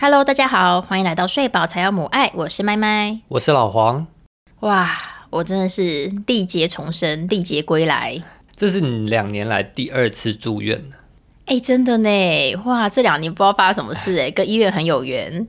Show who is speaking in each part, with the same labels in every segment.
Speaker 1: Hello，大家好，欢迎来到睡饱才要母爱，我是麦麦。
Speaker 2: 我是老黄，
Speaker 1: 哇，我真的是历劫重生，历劫归来。
Speaker 2: 这是你两年来第二次住院了
Speaker 1: 哎、真的呢，哇，这两年不知道发生什么事哎、跟医院很有缘。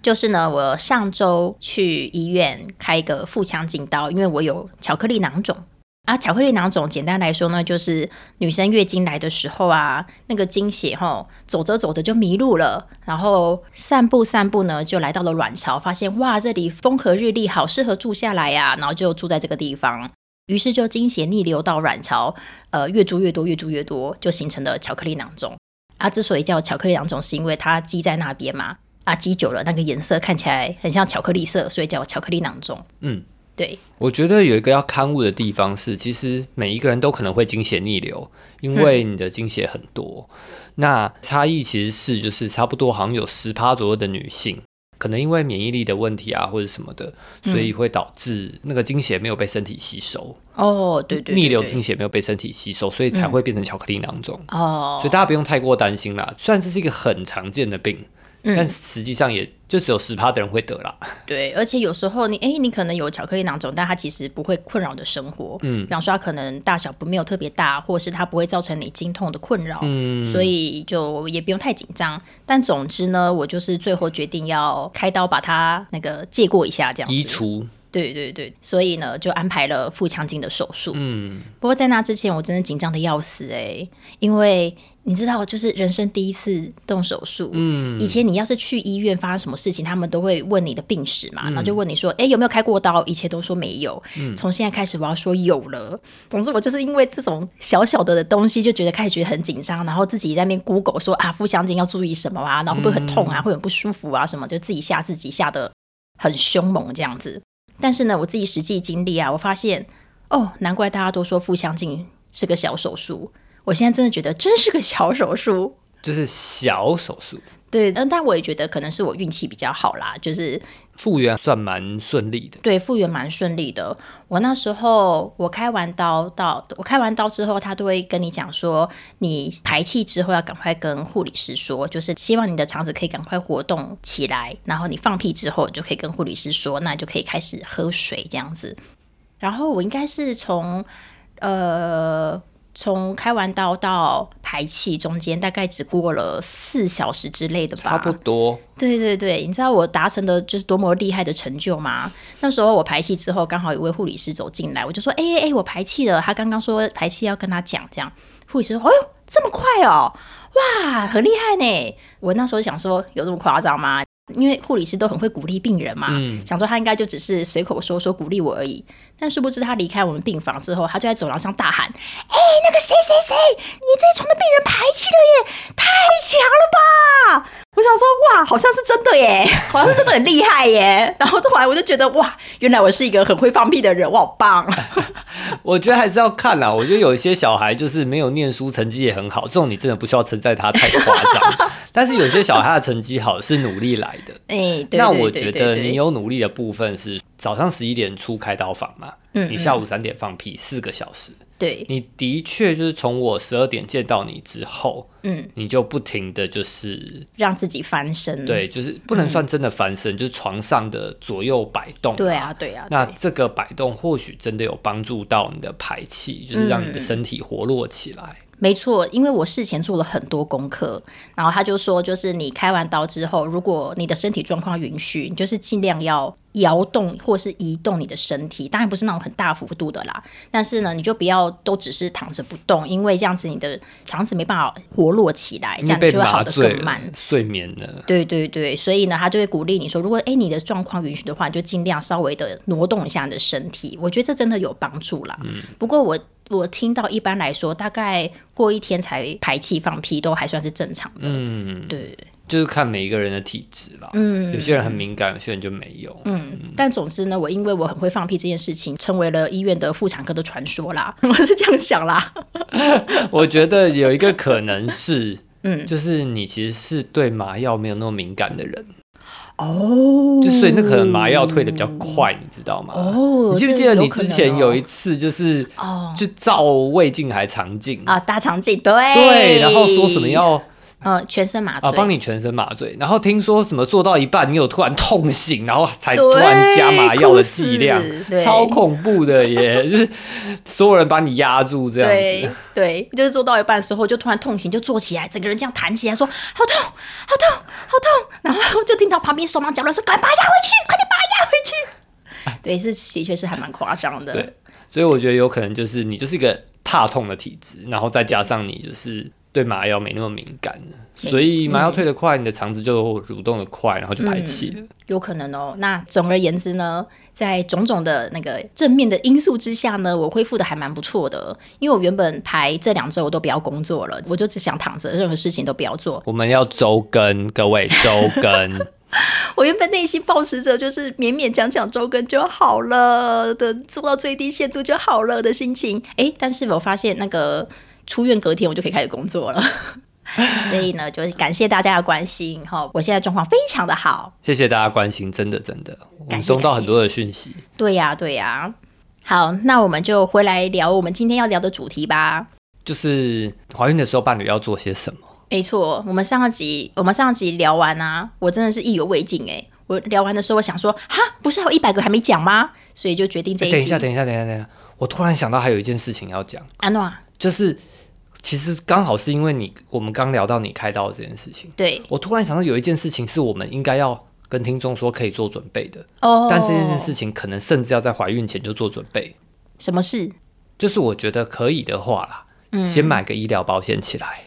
Speaker 1: 就是呢，我上周去医院开一个腹腔镜刀，因为我有巧克力囊肿啊。巧克力囊肿简单来说呢，就是女生月经来的时候啊，那个经血吼走着走着就迷路了，然后散步散步呢，就来到了卵巢，发现哇，这里风和日丽，好适合住下来啊呀、然后就住在这个地方。于是就经血逆流到卵巢，呃，越注越多，越注越多，就形成了巧克力囊肿。啊，之所以叫巧克力囊肿，是因为它积在那边嘛，啊，积久了那个颜色看起来很像巧克力色，所以叫巧克力囊肿。
Speaker 2: 嗯，
Speaker 1: 对，
Speaker 2: 我觉得有一个要勘误的地方是，其实每一个人都可能会经血逆流，因为你的经血很多。那差异其实是就是差不多好像有十趴左右的女性，可能因为免疫力的问题啊或者什么的，所以会导致那个经血没有被身体吸收，
Speaker 1: 哦，对对对对
Speaker 2: 逆流经血没有被身体吸收，所以才会变成巧克力囊肿。
Speaker 1: 哦
Speaker 2: 所以，大家不用太过担心啦，虽然这是一个很常见的病，
Speaker 1: 嗯
Speaker 2: 但实际上也就只有十趴的人会得啦。
Speaker 1: 对，而且有时候你哎，你可能有巧克力囊肿，但它其实不会困扰你的生活。嗯，比方说它可能大小不没有特别大，或是它不会造成你经痛的困扰。嗯，所以就也不用太紧张。但总之呢，我就是最后决定要开刀把它那个借过一下，这样子
Speaker 2: 移除
Speaker 1: 对对对，所以呢，就安排了腹腔镜的手术。
Speaker 2: 嗯，
Speaker 1: 不过在那之前，我真的紧张的要死哎、因为你知道，就是人生第一次动手术。嗯，以前你要是去医院发生什么事情，他们都会问你的病史嘛，然后就问你说，哎、有没有开过刀？以前都说没有，从现在开始我要说有了。总之，我就是因为这种小小的的东西，就觉得开始觉得很紧张，然后自己在那边 Google 说啊，腹腔镜要注意什么啊，然后会不会很痛啊，会很不舒服啊，什么，就自己吓自己吓得很凶猛这样子。但是呢，我自己实际经历啊，我发现哦，难怪大家都说腹腔镜是个小手术。我现在真的觉得真是个小手术。
Speaker 2: 就是小手术，
Speaker 1: 对，嗯，但我也觉得可能是我运气比较好啦，就是
Speaker 2: 复原算蛮顺利的。
Speaker 1: 对复原蛮顺利的。我那时候我开完刀到我开完刀之后，他都会跟你讲说，你排气之后要赶快跟护理师说，就是希望你的肠子可以赶快活动起来，然后你放屁之后你就可以跟护理师说，那你就可以开始喝水这样子。然后我应该是从呃从开完刀到排气中间大概只过了四小时之类的吧，
Speaker 2: 差不多，
Speaker 1: 对对对，你知道我达成的就是多么厉害的成就吗？那时候我排气之后，刚好有位护理师走进来，我就说：“哎哎哎，我排气了。”他刚刚说排气要跟他讲，这样护理师说：“哎呦，这么快哦，哇，很厉害呢！”我那时候想说，有这么夸张吗？因为护理师都很会鼓励病人嘛，想说他应该就只是随口说说鼓励我而已。但殊不知他离开我们病房之后，他就在走廊上大喊：“哎、那个谁谁谁，你这一床的病人排气了耶，太强了吧！”我想说，哇，好像是真的 耶，好像是真的很厉害耶。然后后来我就觉得，哇，原来我是一个很会放屁的人，我好棒。
Speaker 2: 我觉得还是要看啦。我觉得有一些小孩就是没有念书，成绩也很好，这种你真的不需要称赞他太夸张。 但是有些小孩他的成绩好是努力来的。
Speaker 1: 哎、对
Speaker 2: 那
Speaker 1: 对
Speaker 2: 我
Speaker 1: 对
Speaker 2: 觉
Speaker 1: 对
Speaker 2: 得
Speaker 1: 对
Speaker 2: 你有努力的部分是早上十一点出开刀房嘛，
Speaker 1: 嗯
Speaker 2: 你下午三点放屁，四个小时。
Speaker 1: 对，
Speaker 2: 你的确就是从我十二点见到你之后，
Speaker 1: 嗯，
Speaker 2: 你就不停的就是
Speaker 1: 让自己翻身。
Speaker 2: 对，就是不能算真的翻身，就是床上的左右摆动。
Speaker 1: 对啊，对啊，
Speaker 2: 那
Speaker 1: 对
Speaker 2: 这个摆动或许真的有帮助到你的排气，就是让你的身体活络起来。
Speaker 1: 没错，因为我事前做了很多功课，然后他就说，就是你开完刀之后，如果你的身体状况允许，你就是尽量要摇动或是移动你的身体，当然不是那种很大幅度的啦，但是呢，你就不要都只是躺着不动，因为这样子你的肠子没办法活络起来，这
Speaker 2: 因为
Speaker 1: 样你
Speaker 2: 被
Speaker 1: 就会好
Speaker 2: 麻
Speaker 1: 的
Speaker 2: 醉
Speaker 1: 更
Speaker 2: 了
Speaker 1: 慢。，
Speaker 2: 睡眠了，
Speaker 1: 对对对，所以呢，他就会鼓励你说，如果诶你的状况允许的话，你就尽量稍微的挪动一下你的身体。我觉得这真的有帮助啦。
Speaker 2: 嗯
Speaker 1: 不过我我听到一般来说，大概过一天才排气放屁都还算是正常的。嗯，对。
Speaker 2: 就是看每一个人的体质啦。嗯，有些人很敏感，有些人就没有。嗯，
Speaker 1: 但总之呢，我因为我很会放屁这件事情，成为了医院的妇产科的传说啦。 我是这样想啦。
Speaker 2: 嗯 我觉得有一个可能是，嗯，就是你其实是对麻药没有那么敏感的人。
Speaker 1: 哦
Speaker 2: 就所以那可能麻药退的比较快，你知道吗？
Speaker 1: 哦
Speaker 2: 你记不记
Speaker 1: 这
Speaker 2: 得
Speaker 1: 有
Speaker 2: 你
Speaker 1: 可
Speaker 2: 之
Speaker 1: 能
Speaker 2: 前
Speaker 1: 哦
Speaker 2: 有一次就是
Speaker 1: 哦
Speaker 2: 就照胃镜还肠镜
Speaker 1: 啊，大肠镜对
Speaker 2: 对，然后说什么要
Speaker 1: 呃，全身麻醉，
Speaker 2: 啊，帮你全身麻醉，然后听说什么做到一半，你有突然痛醒，然后才
Speaker 1: 对
Speaker 2: 突然加麻药的剂量
Speaker 1: 哭死对，
Speaker 2: 超恐怖的耶！就是所有人把你压住这样
Speaker 1: 对
Speaker 2: 子，
Speaker 1: 对，就是做到一半的时候就突然痛醒，就坐起来，整个人这样弹起来，说好痛，好痛，好痛，然后就听到旁边手忙脚乱说赶快把它压回去，快点把它压回去。对，是的确是还蛮夸张的。
Speaker 2: 哎对，所以我觉得有可能就是你就是一个怕痛的体质，然后再加上你就是对麻药没那么敏感，
Speaker 1: 没
Speaker 2: 所以麻药退得快，你的肠子就蠕动的快，然后就排气了。
Speaker 1: 有可能哦。那总而言之呢，在种种的那个正面的因素之下呢，我恢复的还蛮不错的。哦因为我原本排这两周我都不要工作了，我就只想躺着，任何事情都不要做。
Speaker 2: 我们要周更，各位周更。
Speaker 1: 我原本内心抱持着就是勉勉强强周更就好了的，做到最低限度就好了的心情。诶，但是我发现那个出院隔天我就可以开始工作了。 所以呢，就是感谢大家的关心哈，我现在状况非常的好。
Speaker 2: 谢谢大家关心，真的真的，我
Speaker 1: 感
Speaker 2: 们
Speaker 1: 谢
Speaker 2: 收到
Speaker 1: 感谢
Speaker 2: 很多的讯息。
Speaker 1: 对呀、对呀、好，那我们就回来聊我们今天要聊的主题吧。
Speaker 2: 就是怀孕的时候伴侣要做些什么？
Speaker 1: 没错，我们上集我们上集聊完啊，我真的是意犹未尽哎、我聊完的时候，我想说，哈，不是还有一百个还没讲吗？所以就决定这
Speaker 2: 哎
Speaker 1: 一集。
Speaker 2: 等一下，等一下，等一下，等一下，我突然想到还有一件事情要讲，
Speaker 1: 安诺啊，
Speaker 2: 就是其实刚好是因为你我们刚聊到你开刀这件事情，
Speaker 1: 对
Speaker 2: 我突然想到有一件事情是我们应该要跟听众说可以做准备的，
Speaker 1: 哦，
Speaker 2: 但这件事情可能甚至要在怀孕前就做准备，
Speaker 1: 什么事？
Speaker 2: 就是我觉得可以的话啦。
Speaker 1: 嗯
Speaker 2: 先买个医疗保险起来。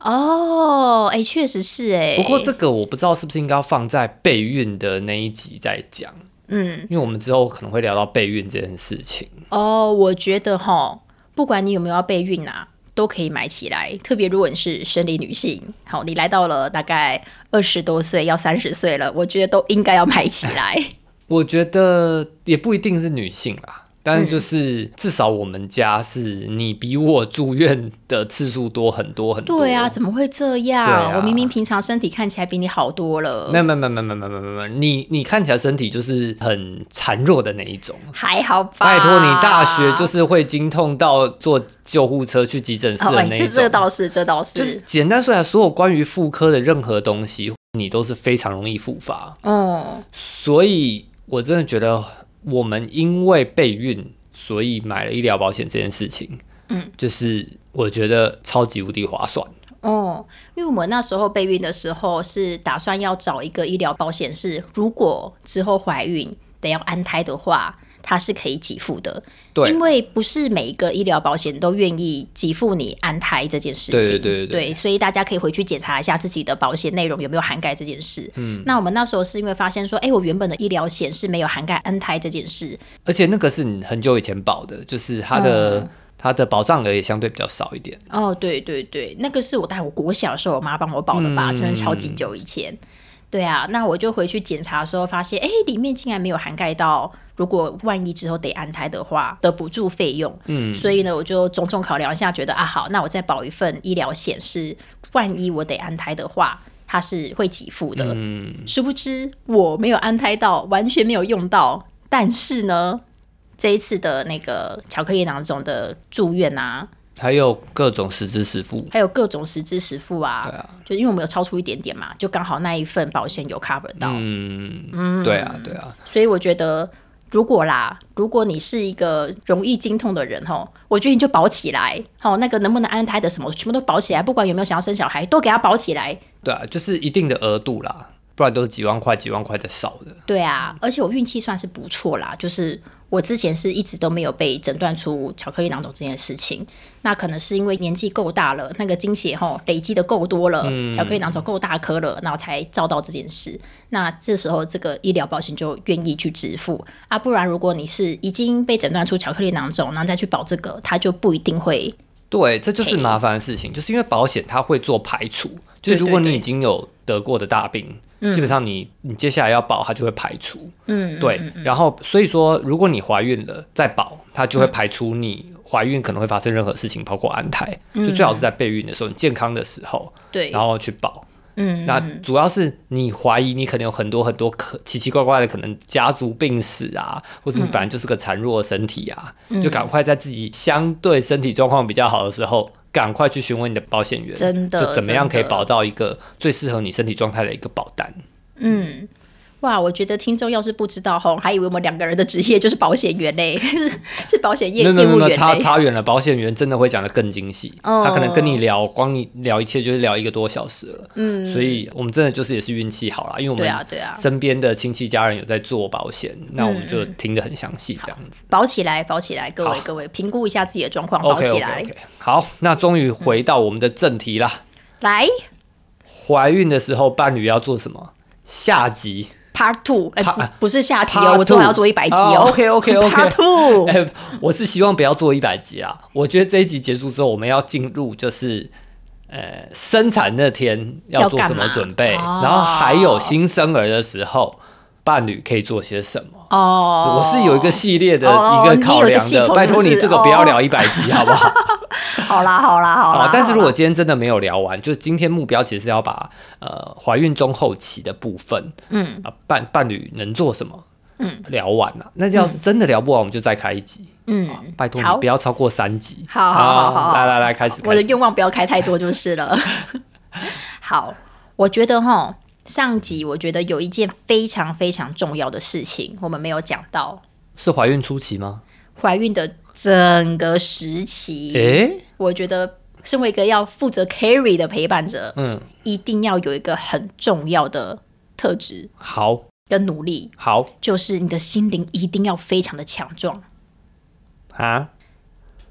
Speaker 1: 哦，哎，确实是哎、
Speaker 2: 不过这个我不知道是不是应该要放在备孕的那一集再讲，
Speaker 1: 嗯，
Speaker 2: 因为我们之后可能会聊到备孕这件事情。
Speaker 1: 哦，我觉得哈，不管你有没有要备孕啊，都可以买起来。特别如果你是生理女性，好，你来到了大概二十多岁，要三十岁了，我觉得都应该要买起 来。
Speaker 2: 我觉得也不一定是女性啦，但是
Speaker 1: 嗯
Speaker 2: 就是至少我们家是你比我住院的次数多很多很多。
Speaker 1: 对啊，，怎么会这样？
Speaker 2: 对啊
Speaker 1: 我明明平常身体看起来比你好多了
Speaker 2: 没。有没有没有没有没有没有没有没有，你你看起来身体就是很孱弱的那一种。
Speaker 1: 还好吧，
Speaker 2: 拜托，你大学就是会经痛到坐救护车去急诊室
Speaker 1: 哦，
Speaker 2: 的
Speaker 1: 哎、
Speaker 2: 那一
Speaker 1: 这
Speaker 2: 种。
Speaker 1: 这倒是，这倒是，
Speaker 2: 就是简单说来，所有关于妇科的任何东西，你都是非常容易复发。
Speaker 1: 嗯，
Speaker 2: 所以我真的觉得，我们因为备孕，所以买了医疗保险这件事情，
Speaker 1: 嗯，
Speaker 2: 就是我觉得超级无敌划算。
Speaker 1: 哦，因为我们那时候备孕的时候是打算要找一个医疗保险，是如果之后怀孕得要安胎的话，它是可以给付的。
Speaker 2: 对
Speaker 1: 因为不是每一个医疗保险都愿意给付你安胎这件事情。
Speaker 2: 对对对对对
Speaker 1: 所以大家可以回去检查一下自己的保险内容有没有涵盖这件事。嗯，那我们那时候是因为发现说，哎，我原本的医疗险是没有涵盖安胎这件事。
Speaker 2: 而且那个是你很久以前保的，就是它的、它的保障额也相对比较少一点。
Speaker 1: 哦，对对对，那个是我带我国小的时候，我妈帮我保的吧，真的超级久以前。对啊，那我就回去检查的时候发现，哎，里面竟然没有涵盖到，如果万一之后得安胎的话的补助费用。嗯，所以呢，我就种种考量一下，觉得啊，好，那我再保一份医疗险，是万一我得安胎的话，它是会给付的。嗯，殊不知我没有安胎到，完全没有用到。但是呢，这一次的那个巧克力囊肿的住院啊，
Speaker 2: 还有各种实支实付，
Speaker 1: 还有各种实支实付啊，
Speaker 2: 对啊
Speaker 1: 就因为我们有超出一点点嘛，就刚好那一份保险有 cover 到，
Speaker 2: 嗯，对啊，对啊，
Speaker 1: 所以我觉得如果啦，如果你是一个容易经痛的人吼，我觉得你就保起来，吼，那个能不能安胎的什么，全部都保起来，不管有没有想要生小孩，都给他保起来。
Speaker 2: 对啊，就是一定的额度啦，不然都是几万块、几万块在少的。
Speaker 1: 对啊，而且我运气算是不错啦，就是我之前是一直都没有被诊断出巧克力囊肿这件事情，那可能是因为年纪够大了，那个经血吼累积的够多了，
Speaker 2: 嗯
Speaker 1: 巧克力囊肿够大颗了，然后才照到这件事。那这时候这个医疗保险就愿意去支付啊，不然如果你是已经被诊断出巧克力囊肿，然后再去保这个，它就不一定会
Speaker 2: 对，这就是麻烦的事情，就是因为保险它会做排除，就是如果你已经有得过的大病，基本上你你接下来要保，它就会排除。嗯，对。然后所以说，如果你怀孕了再保，它就会排除你怀孕可能会发生任何事情，包括安胎。就最好是在备孕的时候，你健康的时候，
Speaker 1: 对
Speaker 2: 然后去保。
Speaker 1: 嗯，
Speaker 2: 那主要是你怀疑你可能有很多很多可奇奇怪怪的可能家族病史啊，或
Speaker 1: 嗯
Speaker 2: 是你本来就是个孱弱的身体啊，就赶快在自己相对身体状况比较好的时候。赶快去询问你的保险员，
Speaker 1: 真的
Speaker 2: 就怎么样可以
Speaker 1: 真的
Speaker 2: 保到一个最适合你身体状态的一个保单。
Speaker 1: 嗯，哇，我觉得听众要是不知道吼，还以为我们两个人的职业就是保险员嘞， 是保险业业
Speaker 2: 没有没有
Speaker 1: 务
Speaker 2: 没有，
Speaker 1: 员
Speaker 2: 差
Speaker 1: 嘞。
Speaker 2: 差远了。保险员真的会讲的更精细，
Speaker 1: 哦
Speaker 2: 他可能跟你聊，光你聊一切就是聊一个多小时了。嗯，所以我们真的就是也是运气好啦，因为我
Speaker 1: 对啊
Speaker 2: 们
Speaker 1: 对啊，嗯
Speaker 2: 身边的亲戚家人有在做保险，那我们就听得很详细这样子。
Speaker 1: 保起来，保起来，各位
Speaker 2: 好
Speaker 1: 各位，评估一下自己的状况，保
Speaker 2: OK
Speaker 1: 起
Speaker 2: OK
Speaker 1: 来。
Speaker 2: OK，好，那终于回到我们的正题啦。
Speaker 1: 来
Speaker 2: 怀孕的时候伴侣要做什么？下集
Speaker 1: Part Two，哎、
Speaker 2: Part-
Speaker 1: 不不是下集
Speaker 2: Part
Speaker 1: 哦，我最后还要做
Speaker 2: two
Speaker 1: 一百集哦。
Speaker 2: 哦 ，OK，OK，OK
Speaker 1: Part Two，
Speaker 2: 哎、我是希望不要做一百集啊。我觉得这一集结束之后，我们要进入就是呃生产那天要做
Speaker 1: 要
Speaker 2: 什
Speaker 1: 干嘛
Speaker 2: 么准备，
Speaker 1: 哦
Speaker 2: 然后还有新生儿的时候伴侣可以做些什么。
Speaker 1: 哦，
Speaker 2: 我是有一个系列的
Speaker 1: 哦
Speaker 2: 一
Speaker 1: 你有
Speaker 2: 个
Speaker 1: 一个
Speaker 2: 考量
Speaker 1: 系统
Speaker 2: 的，
Speaker 1: 是不是
Speaker 2: 拜托你这个不要聊一百集好不好？哦
Speaker 1: 好啦好啦 好啦
Speaker 2: 好，，但是如
Speaker 1: 好
Speaker 2: 果
Speaker 1: 啦
Speaker 2: 今天真的没有聊完，就今天目标其实是要把呃怀孕中后期的部分
Speaker 1: 嗯，
Speaker 2: 啊伴伴侣能做什么。
Speaker 1: 嗯，
Speaker 2: 聊完了、那要是真的聊不完，我们就再开一集。啊
Speaker 1: 嗯，
Speaker 2: 拜托
Speaker 1: 好
Speaker 2: 你不要超过三集。
Speaker 1: 好好好好
Speaker 2: 来来来，开始。
Speaker 1: 我的
Speaker 2: 开始
Speaker 1: 愿望不要开太多就是了。 好，我觉得哈，上集我觉得有一件非常非常重要的事情，我们没有讲到
Speaker 2: 是怀孕初期吗？
Speaker 1: 怀孕的整个时期。
Speaker 2: 诶，
Speaker 1: 我觉得身为一个要负责 carry 的陪伴者，
Speaker 2: 嗯，
Speaker 1: 一定要有一个很重要的特质
Speaker 2: 好
Speaker 1: 跟努力，
Speaker 2: 好
Speaker 1: 就是你的心灵一定要非常的强壮。
Speaker 2: 啊，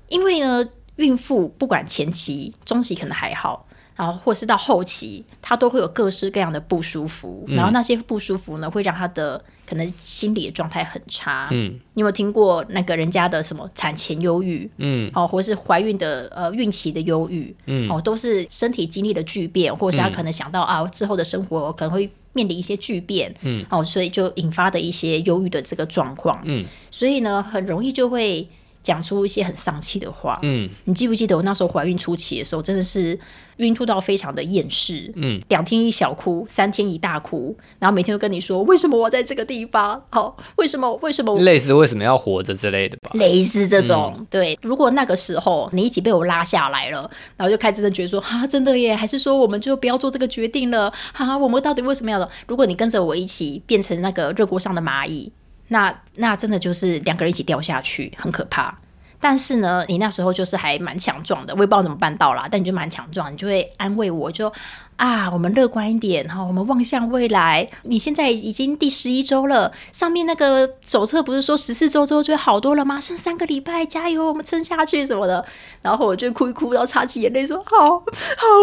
Speaker 1: 因为呢，孕妇不管前期、中期可能还好，然后或是到后期，她都会有各式各样的不舒服，然后那些不舒服呢，会让她的可能心理的状态很差。
Speaker 2: 嗯
Speaker 1: 你有没有听过那个人家的什么产前忧郁？
Speaker 2: 嗯
Speaker 1: 哦，或是怀孕的呃孕期的忧郁，
Speaker 2: 嗯
Speaker 1: 哦，都是身体经历的巨变，或是他可能想到、啊之后的生活可能会面临一些巨变，
Speaker 2: 嗯，
Speaker 1: 哦，所以就引发的一些忧郁的这个状况，
Speaker 2: 嗯，
Speaker 1: 所以呢，很容易就会讲出一些很丧气的话，
Speaker 2: 嗯
Speaker 1: 你记不记得我那时候怀孕初期的时候，真的是晕吐到非常的厌世，
Speaker 2: 嗯，
Speaker 1: 两天一小哭，三天一大哭，然后每天都跟你说为什么我在这个地方，哦，为什么为什么我
Speaker 2: 类似为什么要活着之类的吧。
Speaker 1: 类似这种。对，如果那个时候你一起被我拉下来了，然后就开始真的觉得说，哈、真的耶，还是说我们就不要做这个决定了？哈、我们到底为什么要的？如果你跟着我一起变成那个热锅上的蚂蚁，那那真的就是两个人一起掉下去，很可怕。但是呢，你那时候就是还蛮强壮的，我也不知道怎么办到啦，但你就蛮强壮，你就会安慰我，就啊，我们乐观一点哈，我们望向未来。你现在已经第十一周了，上面那个手册不是说十四周之后就会好多了吗？剩三个礼拜，加油，我们撑下去什么的。然后我就哭一哭，然后擦起眼泪说：“好好，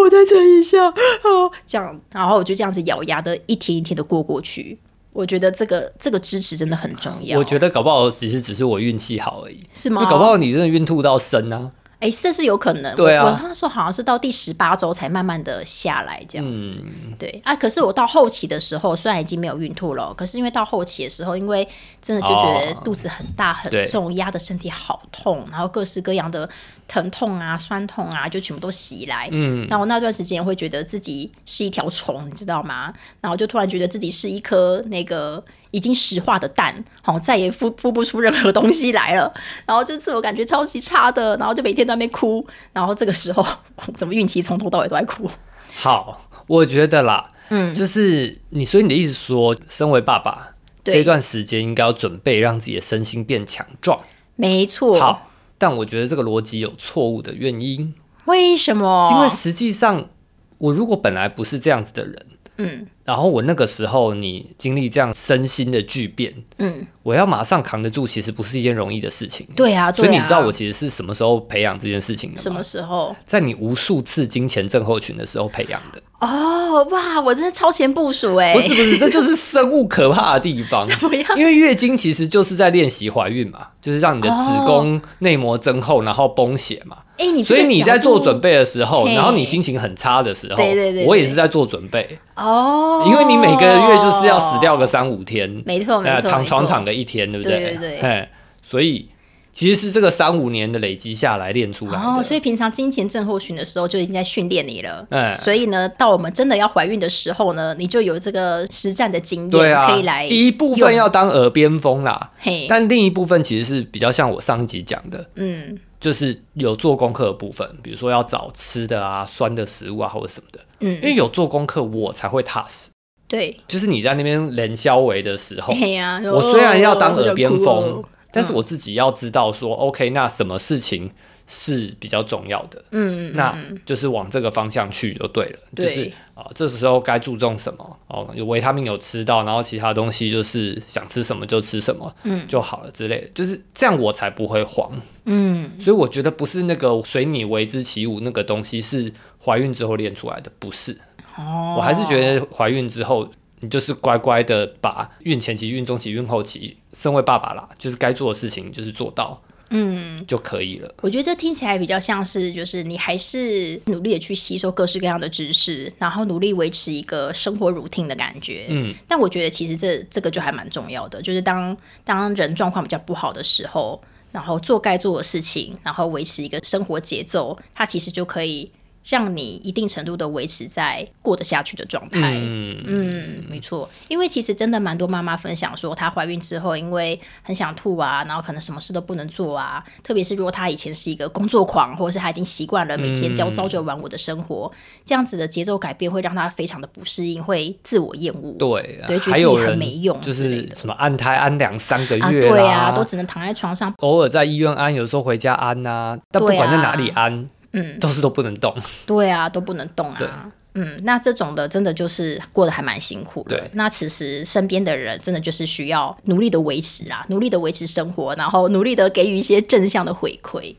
Speaker 1: 我再撑一下。”好，这样，然后我就这样子咬牙的一天一天的过过去。我觉得这个这个支持真的很重要，
Speaker 2: 我觉得搞不好只是只是我运气好而已，
Speaker 1: 是
Speaker 2: 就
Speaker 1: 吗？
Speaker 2: 搞不好你真的孕吐到生啊。
Speaker 1: 哎，这是有可能。
Speaker 2: 对啊
Speaker 1: 我我那时候好像是到第十八周才慢慢的下来这样子。
Speaker 2: 嗯，
Speaker 1: 对啊，可是我到后期的时候，虽然已经没有孕吐了，可是因为到后期的时候，因为真的就觉得
Speaker 2: 哦
Speaker 1: 肚子很大很
Speaker 2: 对
Speaker 1: 重，压的身体好痛，然后各式各样的疼痛啊、酸痛啊，就全部都袭来。嗯，那我那段时间会觉得自己是一条虫，你知道吗？然后就突然觉得自己是一颗那个。已经石化的蛋，好、再也孵孵不出任何东西来了，然后就自我感觉超级差的，然后就每天在那边哭，然后这个时候 怎么孕期从头到尾都在哭？
Speaker 2: 好，我觉得啦，
Speaker 1: 嗯
Speaker 2: 就是你，所以你的意思说，身为爸爸
Speaker 1: 对
Speaker 2: 这段时间应该要准备让自己的身心变强壮。
Speaker 1: 没错，
Speaker 2: 好，但我觉得这个逻辑有错误的原因。
Speaker 1: 为什么？
Speaker 2: 因为实际上，我如果本来不是这样子的人，
Speaker 1: 嗯
Speaker 2: 然后我那个时候你经历这样身心的巨变，
Speaker 1: 嗯，
Speaker 2: 我要马上扛得住，其实不是一件容易的事情。
Speaker 1: 对啊，
Speaker 2: 所
Speaker 1: 对啊。
Speaker 2: 以你知道我其实是什么时候培养这件事情的
Speaker 1: 什
Speaker 2: 吗
Speaker 1: 么？时候？
Speaker 2: 在你无数次金钱症候群的时候培养的，
Speaker 1: 哦，哇，我真的超前部署哎、
Speaker 2: 不是不是，这就是生物可怕的地方。
Speaker 1: 怎么样？
Speaker 2: 因为月经其实就是在练习怀孕嘛，就是让你的子
Speaker 1: 哦
Speaker 2: 宫内膜增厚，然后崩血嘛。
Speaker 1: 哎、你
Speaker 2: 所以你在做准
Speaker 1: 备
Speaker 2: 备的时候，
Speaker 1: 嘿
Speaker 2: 然后你心情很差的时候，
Speaker 1: 对对对对
Speaker 2: 我也是在做准备，
Speaker 1: 哦，
Speaker 2: 因为你每个月就是要死掉个三五天，
Speaker 1: 没错没
Speaker 2: 呃，
Speaker 1: 错，
Speaker 2: 躺床
Speaker 1: 没错
Speaker 2: 躺个一天，对不
Speaker 1: 对对对
Speaker 2: 嘿所以其实是这个三五年的累积下来练出来的。
Speaker 1: 哦，所以平常金钱症候群的时候就已经在训练你了，
Speaker 2: 哎
Speaker 1: 所以呢，到我们真的要怀孕的时候呢，你就有这个实战的经验，
Speaker 2: 对啊，
Speaker 1: 可以来
Speaker 2: 一部分要当耳边风啦，
Speaker 1: 嘿，
Speaker 2: 但另一部分其实是比较像我上一集讲的，
Speaker 1: 嗯，
Speaker 2: 就是有做功课的部分，比如说要找吃的啊、酸的食物啊或者什么的，
Speaker 1: 嗯，
Speaker 2: 因为有做功课我才会踏实。
Speaker 1: 对，
Speaker 2: 就是你在那边冷消维的时候，
Speaker 1: 哎呀，
Speaker 2: 我虽然要当耳边
Speaker 1: 哦
Speaker 2: 风，，但是我自己要知道说、o k 那什么事情是比较重要的，
Speaker 1: 嗯，嗯
Speaker 2: 那
Speaker 1: 嗯
Speaker 2: 就是往这个方向去就对了。
Speaker 1: 对
Speaker 2: 就是啊、这时候该注重什么哦，有维他命有吃到，然后其他东西就是想吃什么就吃什么，
Speaker 1: 嗯
Speaker 2: 就好了之类的，就是这样我才不会慌。
Speaker 1: 嗯，
Speaker 2: 所以我觉得不是那个随你为之起舞那个东西是怀孕之后练出来的，不是。
Speaker 1: 哦，
Speaker 2: 我还是觉得怀孕之后，你就是乖乖的把孕前期、孕中期、孕后期，身为爸爸啦，就是该做的事情就是做到
Speaker 1: 嗯。
Speaker 2: 就可以了。
Speaker 1: 我觉得这听起来比较像是，就是你还是努力的去吸收各式各样的知识，然后努力维持一个生活 routine 的感觉。
Speaker 2: 嗯，
Speaker 1: 但我觉得其实这这个就还蛮重要的，就是当当人状况比较不好的时候，然后做该做的事情，然后维持一个生活节奏，它其实就可以让你一定程度的维持在过得下去的状态。
Speaker 2: 嗯，
Speaker 1: 嗯，没错，因为其实真的蛮多妈妈分享说，她怀孕之后，因为很想吐啊，然后可能什么事都不能做啊，特别是如果她以前是一个工作狂，或者是她已经习惯了每天朝朝九
Speaker 2: 嗯
Speaker 1: 晚五的生活，这样子的节奏改变会让她非常的不适应，会自我厌恶。
Speaker 2: 对啊
Speaker 1: 对，觉
Speaker 2: 还
Speaker 1: 得自
Speaker 2: 有
Speaker 1: 己很
Speaker 2: 人
Speaker 1: 没用
Speaker 2: 就
Speaker 1: 之类
Speaker 2: 是
Speaker 1: 的
Speaker 2: 什么安胎安两三个
Speaker 1: 啊，
Speaker 2: 月
Speaker 1: 对
Speaker 2: 啦
Speaker 1: 啊，都只能躺在床上。
Speaker 2: 偶尔在医院安，有时候回家安呐、但不
Speaker 1: 对
Speaker 2: 管在
Speaker 1: 啊
Speaker 2: 哪里安，
Speaker 1: 嗯，
Speaker 2: 都是都不能动。
Speaker 1: 对啊，都不能动
Speaker 2: 对
Speaker 1: 啊。嗯，那这种的真的就是过得还蛮辛苦的
Speaker 2: 对。
Speaker 1: 那此时身边的人真的就是需要努力的维持啊，努力的维持生活，然后努力的给予一些正向的回馈。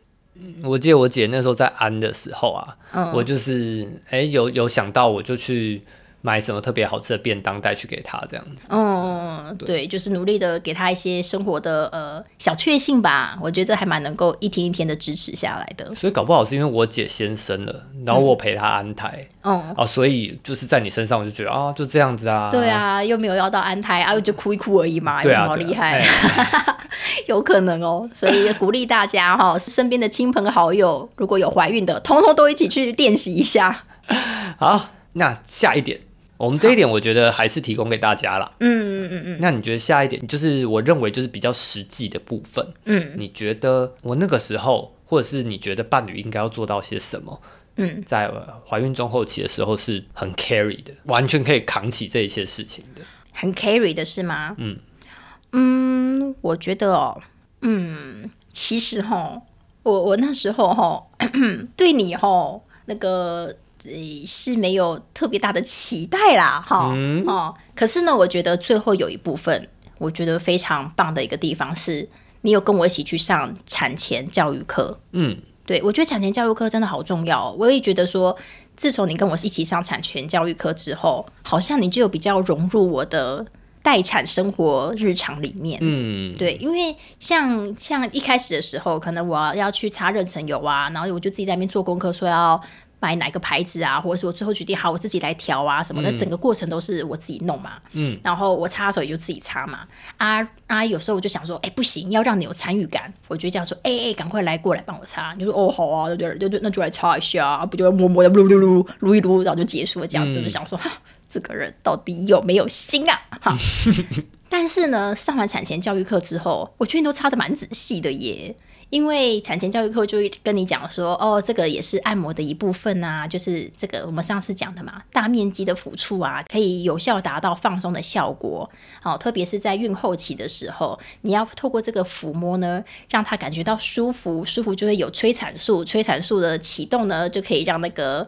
Speaker 2: 我记得我姐那时候在安的时候啊，
Speaker 1: 嗯
Speaker 2: 我就是哎、有有想到我就去买什么特别好吃的便当带去给她这样子。
Speaker 1: 嗯，对，就是努力的给他一些生活的呃小确幸吧。我觉得这还蛮能够一天一天的支持下来 的。
Speaker 2: 所以搞不好是因为我姐先生了，然后我陪她安胎、
Speaker 1: 嗯，
Speaker 2: 啊，所以就是在你身上我就觉得啊，就这样子啊。
Speaker 1: 对，啊，又没有要到安胎啊，就哭一哭而已嘛，有
Speaker 2: 对
Speaker 1: 什
Speaker 2: 啊，
Speaker 1: 么好
Speaker 2: 对啊
Speaker 1: 厉害？
Speaker 2: 哎
Speaker 1: 有可能哦，所以也鼓励大家哈、身边的亲朋好友如果有怀孕的，通通都一起去练习一下。
Speaker 2: 好，那下一点，我们这一点我觉得还是提供给大家啦。
Speaker 1: 嗯嗯嗯
Speaker 2: 那你觉得下一点就是我认为就是比较实际的部分，
Speaker 1: 嗯
Speaker 2: 你觉得我那个时候，或者是你觉得伴侣应该要做到些什么？
Speaker 1: 嗯，
Speaker 2: 在呃怀孕中后期的时候是很 carry 的，完全可以扛起这一些事情的。
Speaker 1: 很 carry 的是吗？
Speaker 2: 嗯
Speaker 1: 嗯，我觉得哦，嗯，其实哈、我我那时候哈、 对你哈、那个。呃是没有特别大的期待啦，哈、
Speaker 2: 嗯
Speaker 1: 哦。可是呢，我觉得最后有一部分，我觉得非常棒的一个地方是，你有跟我一起去上产前教育课，
Speaker 2: 嗯，
Speaker 1: 对，我觉得产前教育课真的好重要、哦。我也觉得说，自从你跟我一起上产前教育课之后，好像你就有比较融入我的待产生活日常里面。
Speaker 2: 嗯，
Speaker 1: 对，因为像像一开始的时候，可能我要去擦妊娠油啊，然后我就自己在那边做功课，说要买哪个牌子啊，或者是我最后决定好我自己来调啊什么的，整个过程都是我自己弄嘛。
Speaker 2: 嗯，
Speaker 1: 然后我擦的时候也就自己擦嘛。啊啊，有时候我就想说，哎、不行，要让你有参与感，我就这样说，哎、哎，赶快来过来帮我擦。你就说哦好啊，那就那就那就来擦一下啊，不就摸摸的撸撸撸撸一撸，然后就结束了这样子，我就想说。哈这个人到底有没有心啊？哈，但是呢，上完产前教育课之后，我觉得你都擦的蛮仔细的耶。因为产前教育课就会跟你讲说，哦，这个也是按摩的一部分啊，就是这个我们上次讲的嘛，大面积的抚触啊，可以有效达到放松的效果。哦，特别是在孕后期的时候，你要透过这个抚摸呢，让他感觉到舒服，舒服就会有催产素，催产素的启动呢，就可以让那个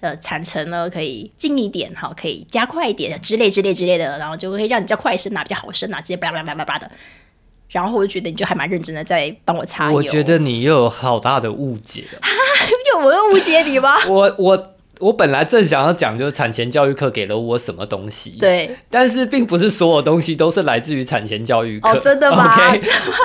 Speaker 1: 呃产程呢可以近一点哈，可以加快一点之类之类之类的，然后就会让你比较快生啊，比较好生啊，这些巴拉巴拉巴拉巴拉的。然后我就觉得你就还蛮认真的在帮我擦油，
Speaker 2: 我觉得你又有好大的误解了。
Speaker 1: 就我又误解你 吗？
Speaker 2: 我我我本来正想要讲，就是产前教育课给了我什么东西。。
Speaker 1: 对，
Speaker 2: 但是并不是所有东西都是来自于产前教育课，
Speaker 1: 哦真的吗
Speaker 2: OK，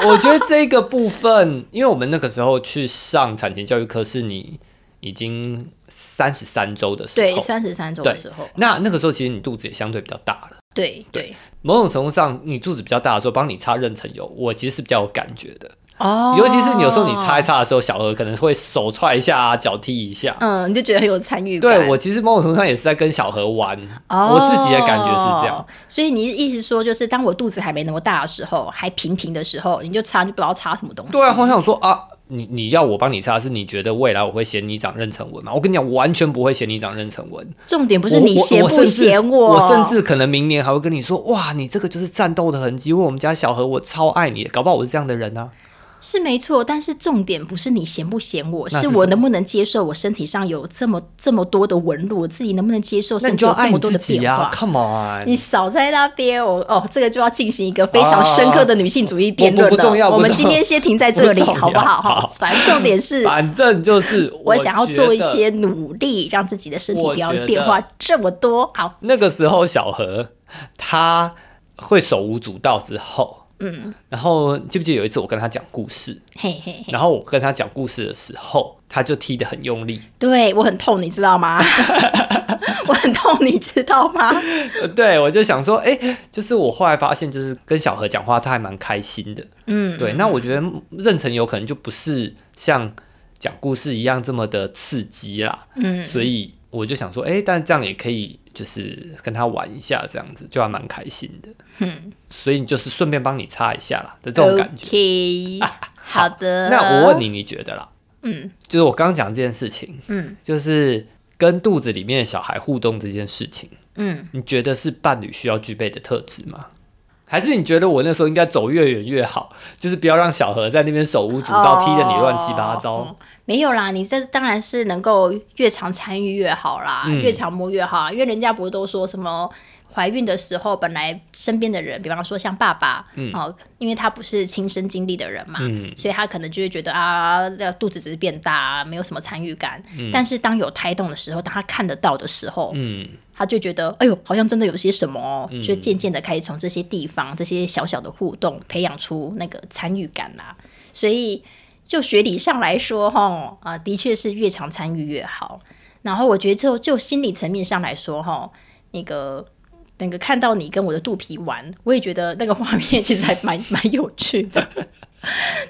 Speaker 2: 我觉得这个部分，因为我们那个时候去上产前教育课，是你已经三十三周的时
Speaker 1: 对，
Speaker 2: 候，
Speaker 1: 三十三周的时候，
Speaker 2: 那那个时候其实你肚子也相对比较大了。
Speaker 1: 对对，
Speaker 2: 某种程度上，你肚子比较大的时候，帮你擦妊娠油，我其实是比较有感觉的。
Speaker 1: 哦
Speaker 2: 尤其是你有时候你擦一，擦的时候，小何可能会手踹一下啊，脚踢一下。
Speaker 1: 嗯，你就觉得很有参与感。
Speaker 2: 对我其实某种程度上也是在跟小何玩，
Speaker 1: 哦
Speaker 2: 我自己的感觉是这样。。
Speaker 1: 所以你意思说，就是当我肚子还没那么大的时候，还平平的时候，你就擦，你就不知道擦什么东西。
Speaker 2: 对啊，我想说啊，你你要我帮你擦，是你觉得未来我会写你长妊娠纹吗？我跟你讲，我完全不会写你长妊娠纹。
Speaker 1: 重点不是你嫌
Speaker 2: 我
Speaker 1: 不嫌
Speaker 2: 我
Speaker 1: 我
Speaker 2: 甚至我甚至可能明年还会跟你说，哇，你这个就是战斗的痕迹，因为我们家小何我超爱你，搞不好我是这样的人啊。
Speaker 1: 是没错，但是重点不是你嫌不嫌我，
Speaker 2: 那是
Speaker 1: 是我能不能接受我身体上有这么这么多的纹路，我自己能不能接受
Speaker 2: 那
Speaker 1: 身
Speaker 2: 你
Speaker 1: 体
Speaker 2: 就要
Speaker 1: 有这
Speaker 2: 爱
Speaker 1: 么
Speaker 2: 你
Speaker 1: 多
Speaker 2: 自
Speaker 1: 的
Speaker 2: 己
Speaker 1: 变化
Speaker 2: 啊。，Come on。
Speaker 1: 你少在那边，我哦，这个就要进行一个非常深刻的女性主义辩论了。
Speaker 2: 啊不不不重要
Speaker 1: 我
Speaker 2: 不
Speaker 1: 们
Speaker 2: 重
Speaker 1: 今天先停在这里，
Speaker 2: 不重要
Speaker 1: 好不好？
Speaker 2: 好
Speaker 1: 好，反正重点 是，
Speaker 2: 反正就是
Speaker 1: 我想要做一
Speaker 2: 觉得
Speaker 1: 些努力，让自己的身体
Speaker 2: 我
Speaker 1: 不要
Speaker 2: 觉得
Speaker 1: 变化这么多。好，
Speaker 2: 那个时候小何他会手舞足蹈之后，嗯，然后记不记得有一次我跟他讲故事，
Speaker 1: 嘿嘿嘿，
Speaker 2: 然后我跟他讲故事的时候，他就踢得很用力，
Speaker 1: 对我很痛，你知道吗？我很痛，你知道吗？
Speaker 2: 呃对我就想说，哎、就是我后来发现，就是跟小何讲话，他还蛮开心的，
Speaker 1: 嗯，
Speaker 2: 对。那我觉得妊娠有可能就不是像讲故事一样这么的刺激啦，
Speaker 1: 嗯，
Speaker 2: 所以我就想说，哎、但这样也可以，就是跟他玩一下，这样子就还蛮开心的。
Speaker 1: 嗯，
Speaker 2: 所以就是顺便帮你擦一下啦的这种感觉。
Speaker 1: OK，好的。
Speaker 2: 那我问，你，你觉得啦？
Speaker 1: 嗯
Speaker 2: 就是我刚刚讲这件事情，
Speaker 1: 嗯
Speaker 2: 就是跟肚子里面的小孩互动这件事情，
Speaker 1: 嗯，
Speaker 2: 你觉得是伴侣需要具备的特质吗？还是你觉得我那时候应该走越远越好，就是不要让小何在那边手舞足蹈
Speaker 1: 哦
Speaker 2: 踢得你乱七八糟？
Speaker 1: 嗯没有啦，你这当然是能够越常参与越好啦，
Speaker 2: 嗯
Speaker 1: 越常摸越好啊啦，因为人家不是都说什么？怀孕的时候，本来身边的人，比方说像爸爸，哦，因为他不是亲身经历的人嘛，
Speaker 2: 嗯
Speaker 1: 所以他可能就会觉得啊，那肚子只是变大，没有什么参与感。但是当有胎动的时候，当他看得到的时候，
Speaker 2: 嗯，
Speaker 1: 他就觉得，哎呦，好像真的有些什么、哦，就渐渐的开始从这些地方、这些小小的互动，培养出那个参与感啦、所以就学理上来说，哈啊，的确是越常参与越好。然后我觉得就就心理层面上来说，哈，那个那个看到你跟我的肚皮玩，我也觉得那个画面其实还蛮蛮有趣的。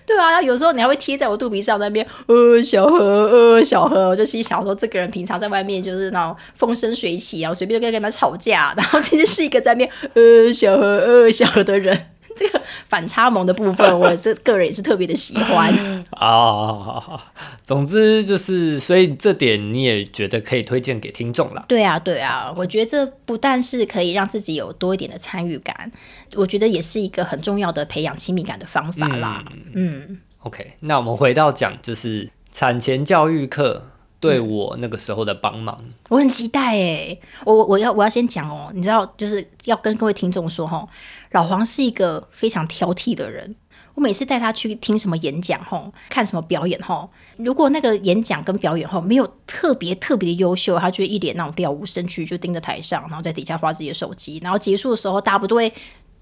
Speaker 1: 对啊，有时候你还会贴在我肚皮上那边，呃，小何，呃，小何，我就心想说，这个人平常在外面就是那种风生水起啊，随便就跟人家吵架，然后其实是一个在那边，呃，小何，呃，小何的人。 这个反差萌的部分，我这个人也是特别的喜欢。
Speaker 2: 哦啊，总之就是，所以这点你也觉得可以推荐给听众啦。
Speaker 1: 对啊，对啊，我觉得这不但是可以让自己有多一点的参与感，我觉得也是一个很重要的培养亲密感的方法啦。嗯
Speaker 2: OK，那我们回到讲，就是产前教育课对我那个时候的帮忙。
Speaker 1: 我很期待哎，我我我要我要先讲哦，你知道，就是要跟各位听众说哦，老黄是一个非常挑剔的人。我每次带他去听什么演讲吼，看什么表演吼，如果那个演讲跟表演吼没有特别特别的优秀，他就会一脸那种了无生趣，就盯着台上，然后在底下划自己的手机，然后结束的时候大家不都会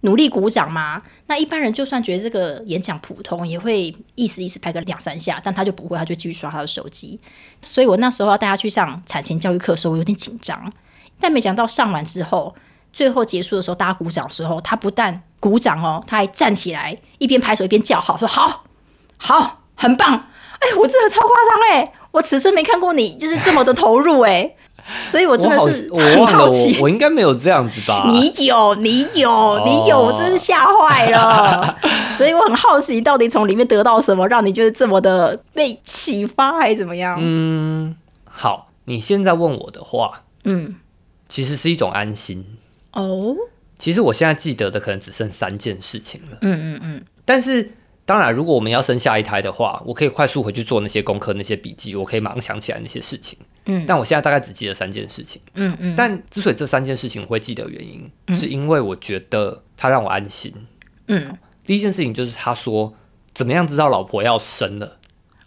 Speaker 1: 努力鼓掌吗？那一般人就算觉得这个演讲普通，也会意思意思拍个两三下，但他就不会，他就继续刷他的手机。所以我那时候要带他去上产前教育课的时候，我有点紧张，但没想到上完之后，最后结束的时候，大家鼓掌的时候，他不但鼓掌哦，他还站起来，一边拍手一边叫好，说好，好，很棒。哎、我真的超夸张哎，我此生没看过你就是这么的投入哎、所以我真的是
Speaker 2: 我好我
Speaker 1: 很
Speaker 2: 忘了
Speaker 1: 好
Speaker 2: 我
Speaker 1: 奇。
Speaker 2: 我应该没有这样子吧？
Speaker 1: 你有，你有，你
Speaker 2: 哦
Speaker 1: 有，我真是吓坏了。 所以我很好奇，到底从里面得到什么，让你就是这么的被启发，还是怎么样？
Speaker 2: 嗯，好，你现在问我的话，
Speaker 1: 嗯，
Speaker 2: 其实是一种安心。
Speaker 1: 哦，
Speaker 2: 其实我现在记得的可能只剩三件事情了，
Speaker 1: 嗯嗯嗯，
Speaker 2: 但是。当然，如果我们要生下一胎的话，我可以快速回去做那些功课、那些笔记，我可以马上想起来那些事情。
Speaker 1: 嗯
Speaker 2: 但我现在大概只记得三件事情。
Speaker 1: 嗯嗯，
Speaker 2: 但之所以这三件事情我会记得，原因、是因为我觉得它让我安心。
Speaker 1: 嗯，
Speaker 2: 第一件事情就是他说怎么样知道老婆要生了，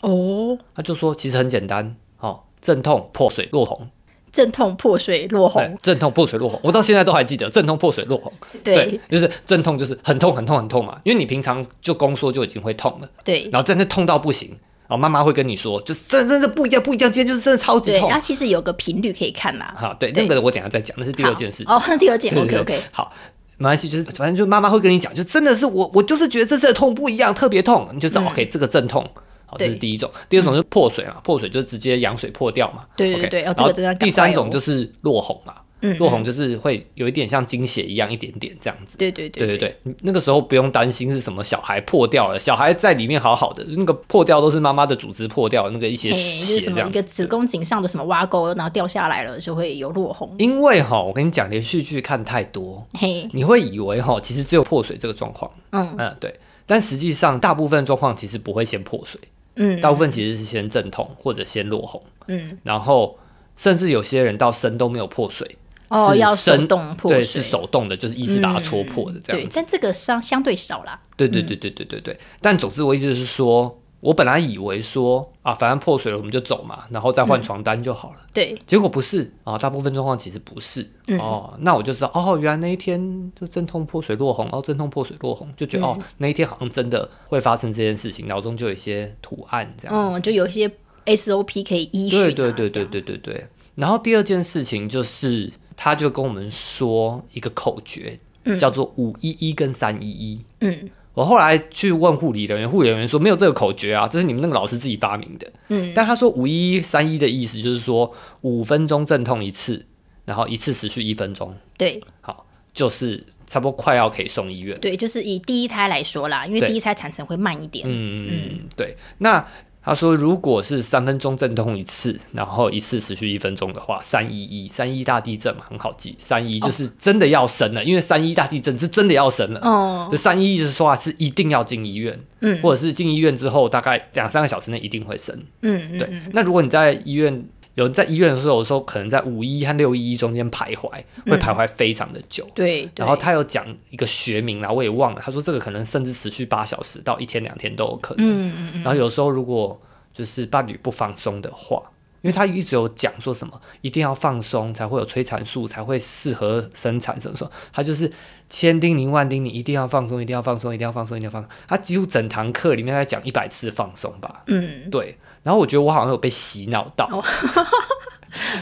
Speaker 1: 哦，
Speaker 2: 他就说其实很简单，哦，阵痛、破水、落红，
Speaker 1: 阵痛、破水、落
Speaker 2: 对
Speaker 1: 红，，
Speaker 2: 阵痛、破水、落红，我到现在都还记得，阵痛、破水、落红，
Speaker 1: 对，
Speaker 2: 就是阵痛就是很痛、很痛、很痛嘛，因为你平常就宫缩就已经会痛了，
Speaker 1: 对，
Speaker 2: 然后真的痛到不行，哦，妈妈会跟你说，就是真的真的不一样，不一样，今天就是真的超级
Speaker 1: 对，
Speaker 2: 痛
Speaker 1: 它，其实有个频率可以看啦。
Speaker 2: 好，对，
Speaker 1: 对
Speaker 2: 那个我等一下再讲，那是第二件事情。
Speaker 1: 好哦，那第二件
Speaker 2: 对对
Speaker 1: ，OK
Speaker 2: 对
Speaker 1: OK，
Speaker 2: 好，没关系，就是反正就妈妈会跟你讲，就真的是我，我就是觉得这次的痛不一样，特别痛，你就知道、OK 这个阵痛。好，这
Speaker 1: 对
Speaker 2: 是第一种，第二种就是破水嘛，破水就是直接羊水破掉嘛。
Speaker 1: 对对
Speaker 2: OK，
Speaker 1: 对哦
Speaker 2: 然
Speaker 1: 这个
Speaker 2: 后
Speaker 1: 真的要赶快
Speaker 2: 第三种
Speaker 1: 哦
Speaker 2: 就是落红嘛，
Speaker 1: 嗯，
Speaker 2: 落红就是会有一点像经血一样一点点这样子。
Speaker 1: 对对
Speaker 2: 对
Speaker 1: 对
Speaker 2: 对对，那个时候不用担心是什么小孩破掉了，小孩在里面好好的，那个破掉都是妈妈的组织破掉那个一些
Speaker 1: 嘿就是
Speaker 2: 血
Speaker 1: 什
Speaker 2: 这
Speaker 1: 么
Speaker 2: 样
Speaker 1: 一
Speaker 2: 子。
Speaker 1: 个子宫颈上的什么挖沟，然后掉下来了，就会有落红。
Speaker 2: 因为哈，我跟你讲，连续剧看太多，
Speaker 1: 嘿，
Speaker 2: 你会以为哈，其实只有破水这个状况，
Speaker 1: 嗯
Speaker 2: 嗯，对。但实际上，大部分状况其实不会先破水，
Speaker 1: 嗯
Speaker 2: 大部分其实是先阵痛或者先落红，
Speaker 1: 嗯，
Speaker 2: 然后甚至有些人到生都没有破水，
Speaker 1: 哦，
Speaker 2: 是
Speaker 1: 要手
Speaker 2: 生
Speaker 1: 动破
Speaker 2: 对，
Speaker 1: 水
Speaker 2: 是手动的，就是一直把它戳破的这
Speaker 1: 嗯
Speaker 2: 样
Speaker 1: 对
Speaker 2: 子。，
Speaker 1: 但这个相相对少啦。
Speaker 2: 对对对对对对对。但总之，我意思是说，我本来以为说啊，反正破水了我们就走嘛，然后再换床单就好了。
Speaker 1: 对，
Speaker 2: 结果不是啊，大部分状况其实不是、哦。那我就知道哦，原来那一天就阵痛破水落红，哦，阵痛破水落红，就觉得、哦，那一天好像真的会发生这件事情，脑中就有一些图案这样。
Speaker 1: 嗯，就有一些 SOP 可以依循啊。
Speaker 2: 对
Speaker 1: 这
Speaker 2: 对对对
Speaker 1: 样，
Speaker 2: 对对对。然后第二件事情就是，他就跟我们说一个口诀，叫做五一一跟三一一。
Speaker 1: 嗯
Speaker 2: 我后来去问护理人员，护理人员说没有这个口诀啊，这是你们那个老师自己发明的。
Speaker 1: 嗯，
Speaker 2: 但他说五一一三一的意思就是说五分钟阵痛一次，然后一次持续一分钟，
Speaker 1: 对
Speaker 2: 好，就是差不多快要可以送医院。
Speaker 1: 对，就是以第一胎来说啦，因为
Speaker 2: 对
Speaker 1: 第一胎产程会慢一点。
Speaker 2: 嗯嗯嗯，对。那他说如果是三分钟阵痛一次，然后一次持续一分钟的话，三一一三一大地震嘛，很好记，三
Speaker 1: 哦
Speaker 2: 一就是真的要生了，因为三一大地震是真的要生了。
Speaker 1: 哦，
Speaker 2: 就三一就是说啊，是一定要进医院，
Speaker 1: 嗯
Speaker 2: 或者是进医院之后大概两三个小时内一定会生。
Speaker 1: 嗯
Speaker 2: 对
Speaker 1: 嗯，，
Speaker 2: 那如果你在医院有人在医院的时候，有时候可能在五一和六一中间徘徊，会徘徊非常的久。
Speaker 1: 对。嗯对
Speaker 2: 然后他有讲一个学名啦，我也忘了。他说这个可能甚至持续八小时到一天两天都有可能。
Speaker 1: 嗯嗯
Speaker 2: 然后有时候如果就是伴侣不放松的话，因为他一直有讲说什么一定要放松才会有催产素，才会适合生产什么什么，他就是千叮咛万叮咛，一定要放松，一定要放松，一定要放松，一定要放松。他几乎整堂课里面在讲一百次放松吧，
Speaker 1: 嗯
Speaker 2: 对。然后我觉得我好像有被洗脑到，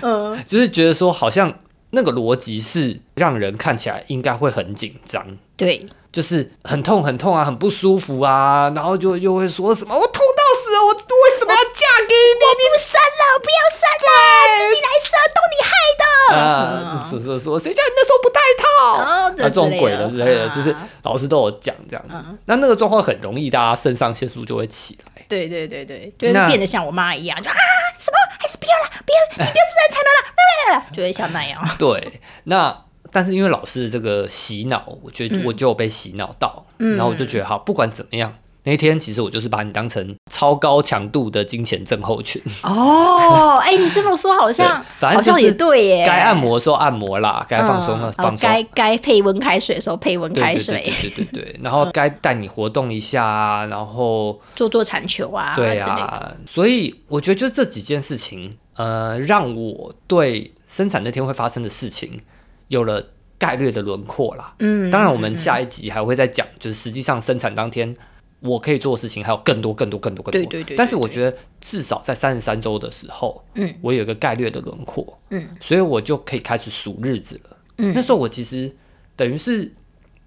Speaker 1: 嗯
Speaker 2: 就是觉得说好像那个逻辑是让人看起来应该会很紧张，
Speaker 1: 对
Speaker 2: 就是很痛很痛啊，很不舒服啊，然后就又会说什么我痛到死了，我为什么要嫁给你？
Speaker 1: 不生了，不要生了，自己来生，都你害的。
Speaker 2: 啊，
Speaker 1: 嗯
Speaker 2: 说说说，谁叫你那时候不戴套？
Speaker 1: 哦
Speaker 2: 啊，
Speaker 1: 这
Speaker 2: 这种
Speaker 1: 之类
Speaker 2: 鬼
Speaker 1: 的
Speaker 2: 的之类的，
Speaker 1: 啊
Speaker 2: 就是老师都有讲这样
Speaker 1: 嗯
Speaker 2: 子。那那个状况很容易，大家肾上腺素就会起来。
Speaker 1: 对对对对，就是
Speaker 2: 那
Speaker 1: 变得像我妈一样，就啊什么还是不要了，不要，你不要自然产能了，就会像那样。
Speaker 2: 对，那但是因为老师的这个洗脑，我觉
Speaker 1: 嗯
Speaker 2: 得我就有被洗脑到，然后我就觉得好，不管怎么样。那一天，其实我就是把你当成超高强度的金钱症候群，
Speaker 1: 哦，哎，你这么说好像
Speaker 2: 对反正
Speaker 1: 好像
Speaker 2: 就是
Speaker 1: 也对耶，
Speaker 2: 该按摩的时候按摩啦，该放松的
Speaker 1: 嗯
Speaker 2: 放
Speaker 1: 哦
Speaker 2: 松，
Speaker 1: 嗯该该配温开水的时候配温
Speaker 2: 对
Speaker 1: 开
Speaker 2: 对
Speaker 1: 水，
Speaker 2: 对对对对对， 然后该带你活动一下啊，然后
Speaker 1: 做做铲球啊，
Speaker 2: 对
Speaker 1: 之类的。
Speaker 2: 啊，所以我觉得就这几件事情，呃，让我对生产那天会发生的事情有了概略的轮廓啦。
Speaker 1: 嗯，
Speaker 2: 当然，我们下一集还会再讲，就是实际上生产当天我可以做的事情还有更多、更多、更多、更多。
Speaker 1: 对对对
Speaker 2: 但是我觉得至少在三十三周的时候，
Speaker 1: 嗯，
Speaker 2: 我有一个概略的轮廓，
Speaker 1: 嗯，
Speaker 2: 所以我就可以开始数日子了。嗯，那时候我其实等于是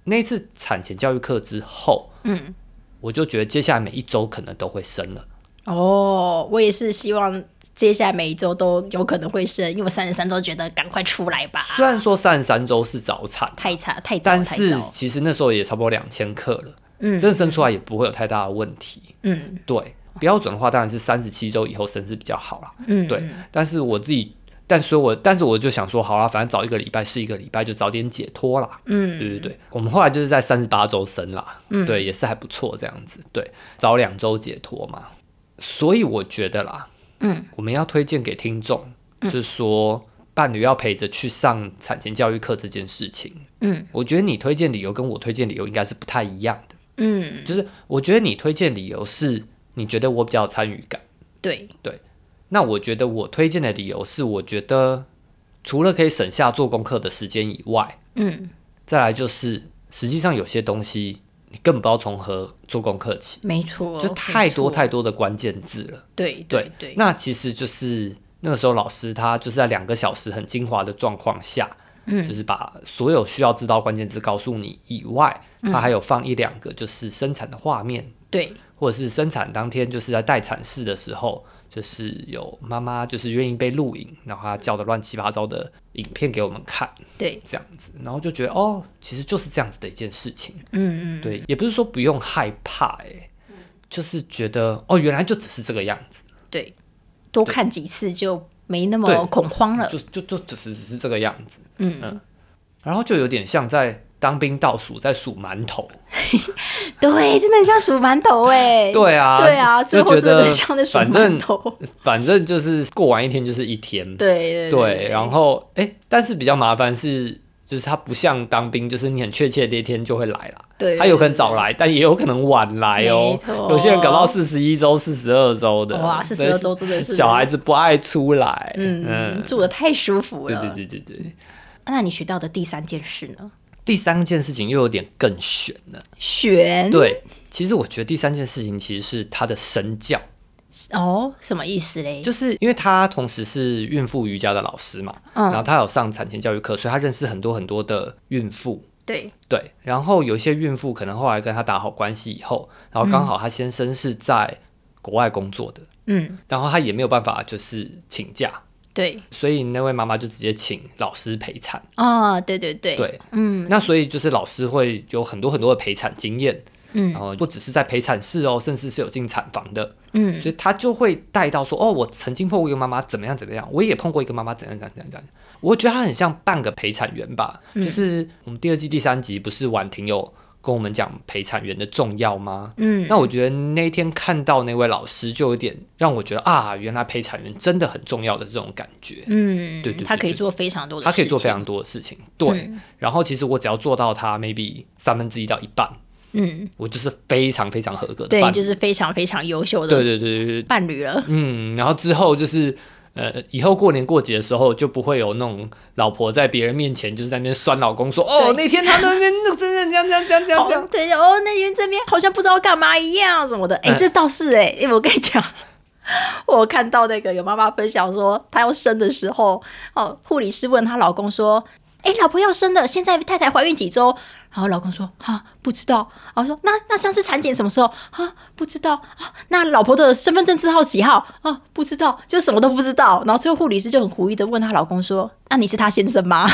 Speaker 2: 那一次产前教育课之后，
Speaker 1: 嗯，
Speaker 2: 我就觉得接下来每一周可能都会生了。
Speaker 1: 哦，我也是希望接下来每一周都有可能会生，因为我三十三周觉得赶快出来吧，
Speaker 2: 虽然说三十三周是早产，
Speaker 1: 太差太早
Speaker 2: 但
Speaker 1: 太
Speaker 2: 是
Speaker 1: 早，
Speaker 2: 其实那时候也差不多两千克了，
Speaker 1: 嗯
Speaker 2: 真的生出来也不会有太大的问题。
Speaker 1: 嗯
Speaker 2: 对，标准的话当然是三十七周以后生是比较好啦。
Speaker 1: 嗯，
Speaker 2: 对，但是我自己，但所以我，但是我就想说，好啦，反正早一个礼拜是一个礼拜，就早点解脱啦。
Speaker 1: 嗯
Speaker 2: 对对对，我们后来就是在三十八周生啦，对，也是还不错这样子，对，早两周解脱嘛。所以我觉得啦，
Speaker 1: 嗯，
Speaker 2: 我们要推荐给听众是说，伴侣要陪着去上产前教育课这件事情，
Speaker 1: 嗯，
Speaker 2: 我觉得你推荐理由跟我推荐理由应该是不太一样的，
Speaker 1: 嗯
Speaker 2: 就是我觉得你推荐理由是你觉得我比较有参与感。
Speaker 1: 对，
Speaker 2: 那我觉得我推荐的理由是，我觉得除了可以省下做功课的时间以外，
Speaker 1: 嗯
Speaker 2: 再来就是实际上有些东西你根本不知道从何做功课起，
Speaker 1: 没错，
Speaker 2: 就太多
Speaker 1: 没错
Speaker 2: 太多的关键字了。
Speaker 1: 对
Speaker 2: 对
Speaker 1: 对，
Speaker 2: 那其实就是那个时候老师他就是在两个小时很精华的状况下，嗯，就是把所有需要知道关键字告诉你以外，
Speaker 1: 嗯
Speaker 2: 他还有放一两个就是生产的画面，
Speaker 1: 对
Speaker 2: 或者是生产当天就是在待产室的时候，就是有妈妈就是愿意被录影，然后她叫的乱七八糟的影片给我们看，
Speaker 1: 对，
Speaker 2: 这样子，然后就觉得哦，其实就是这样子的一件事情。
Speaker 1: 嗯嗯，
Speaker 2: 对，也不是说不用害怕、欸，就是觉得哦，原来就只是这个样子，
Speaker 1: 对，多看几次就没那么
Speaker 2: 对
Speaker 1: 恐慌了。
Speaker 2: 就就就只是只是这个样子，
Speaker 1: 呃嗯，
Speaker 2: 然后就有点像在当兵倒数，在数馒头。
Speaker 1: 对，真的很像数馒头哎。
Speaker 2: 对啊，
Speaker 1: 对啊，最
Speaker 2: 就
Speaker 1: 后
Speaker 2: 觉
Speaker 1: 真的
Speaker 2: 得
Speaker 1: 像在数
Speaker 2: 反
Speaker 1: 馒
Speaker 2: 正
Speaker 1: 头。
Speaker 2: 反正就是过完一天就是一天。
Speaker 1: 对对
Speaker 2: 对，然后哎、诶但是比较麻烦是，就是它不像当兵，就是你很确切的一天就会来啦。
Speaker 1: 对，
Speaker 2: 它有可能早来，但也有可能晚来
Speaker 1: 没
Speaker 2: 哦
Speaker 1: 错。
Speaker 2: 有些人搞到四十一周、四十二周的，
Speaker 1: 哇，四十二
Speaker 2: 所以
Speaker 1: 周真的是
Speaker 2: 小孩，子不爱出来。
Speaker 1: 嗯，啊住的太舒服
Speaker 2: 对
Speaker 1: 了。
Speaker 2: 对对对对。
Speaker 1: 那你学到的第三件事呢？
Speaker 2: 第三件事情又有点更悬了。
Speaker 1: 悬
Speaker 2: 对，其实我觉得第三件事情其实是他的身教，
Speaker 1: 哦，什么意思嘞？
Speaker 2: 就是因为他同时是孕妇瑜伽的老师嘛，
Speaker 1: 嗯
Speaker 2: 然后他有上产前教育课，所以他认识很多很多的孕妇。
Speaker 1: 对，
Speaker 2: 对，然后有一些孕妇可能后来跟他打好关系以后，然后刚好他先生是在国外工作的，
Speaker 1: 嗯，
Speaker 2: 然后他也没有办法就是请假，
Speaker 1: 对，
Speaker 2: 所以那位妈妈就直接请老师陪产。
Speaker 1: 啊，对对对，
Speaker 2: 对，
Speaker 1: 嗯
Speaker 2: 那所以就是老师会有很多很多的陪产经验，
Speaker 1: 嗯
Speaker 2: 然后不只是在陪产室哦，甚至是有进产房的，
Speaker 1: 嗯，
Speaker 2: 所以他就会带到说，哦，我曾经碰过一个妈妈怎么样怎么样，我也碰过一个妈妈怎样怎样怎样怎样。我觉得他很像半个陪产员吧，
Speaker 1: 嗯
Speaker 2: 就是我们第二季第三集不是婉婷有跟我们讲陪产员的重要吗？
Speaker 1: 嗯，
Speaker 2: 那我觉得那一天看到那位老师，就有点让我觉得啊，原来陪产员真的很重要的这种感觉。
Speaker 1: 嗯，
Speaker 2: 对对对
Speaker 1: 他可以
Speaker 2: 对
Speaker 1: 做非常多的
Speaker 2: 他
Speaker 1: 事情，
Speaker 2: 可以做非常多的事情，对。然后其实我只要做到他 maybe 三分之一到一半，
Speaker 1: 嗯，
Speaker 2: 我就是非常非常合格的
Speaker 1: 对，
Speaker 2: 伴侣。
Speaker 1: 就是非常非常优秀
Speaker 2: 对
Speaker 1: 的
Speaker 2: 对对对
Speaker 1: 伴侣了。
Speaker 2: 嗯，然后之后就是呃，以后过年过节的时候就不会有那种老婆在别人面前就是在那边酸老公说哦，那天他那边那个真的这样这样这样这样这
Speaker 1: 哦
Speaker 2: 样，，
Speaker 1: 对哦，那边这边好像不知道干嘛一样什么的。哎，
Speaker 2: 嗯
Speaker 1: 这倒是哎，哎我跟你讲，我看到那个有妈妈分享说，她要生的时候，哦，护理师问她老公说：“哎，老婆要生的，现在太太怀孕几周？”然后老公说：“啊，不知道。”然后说：“那那上次产检什么时候？啊，不知道。啊，那老婆的身份证字号几号？啊，不知道，就什么都不知道。”然后最后护理师就很狐疑的问她老公说：“那你是她先生吗？”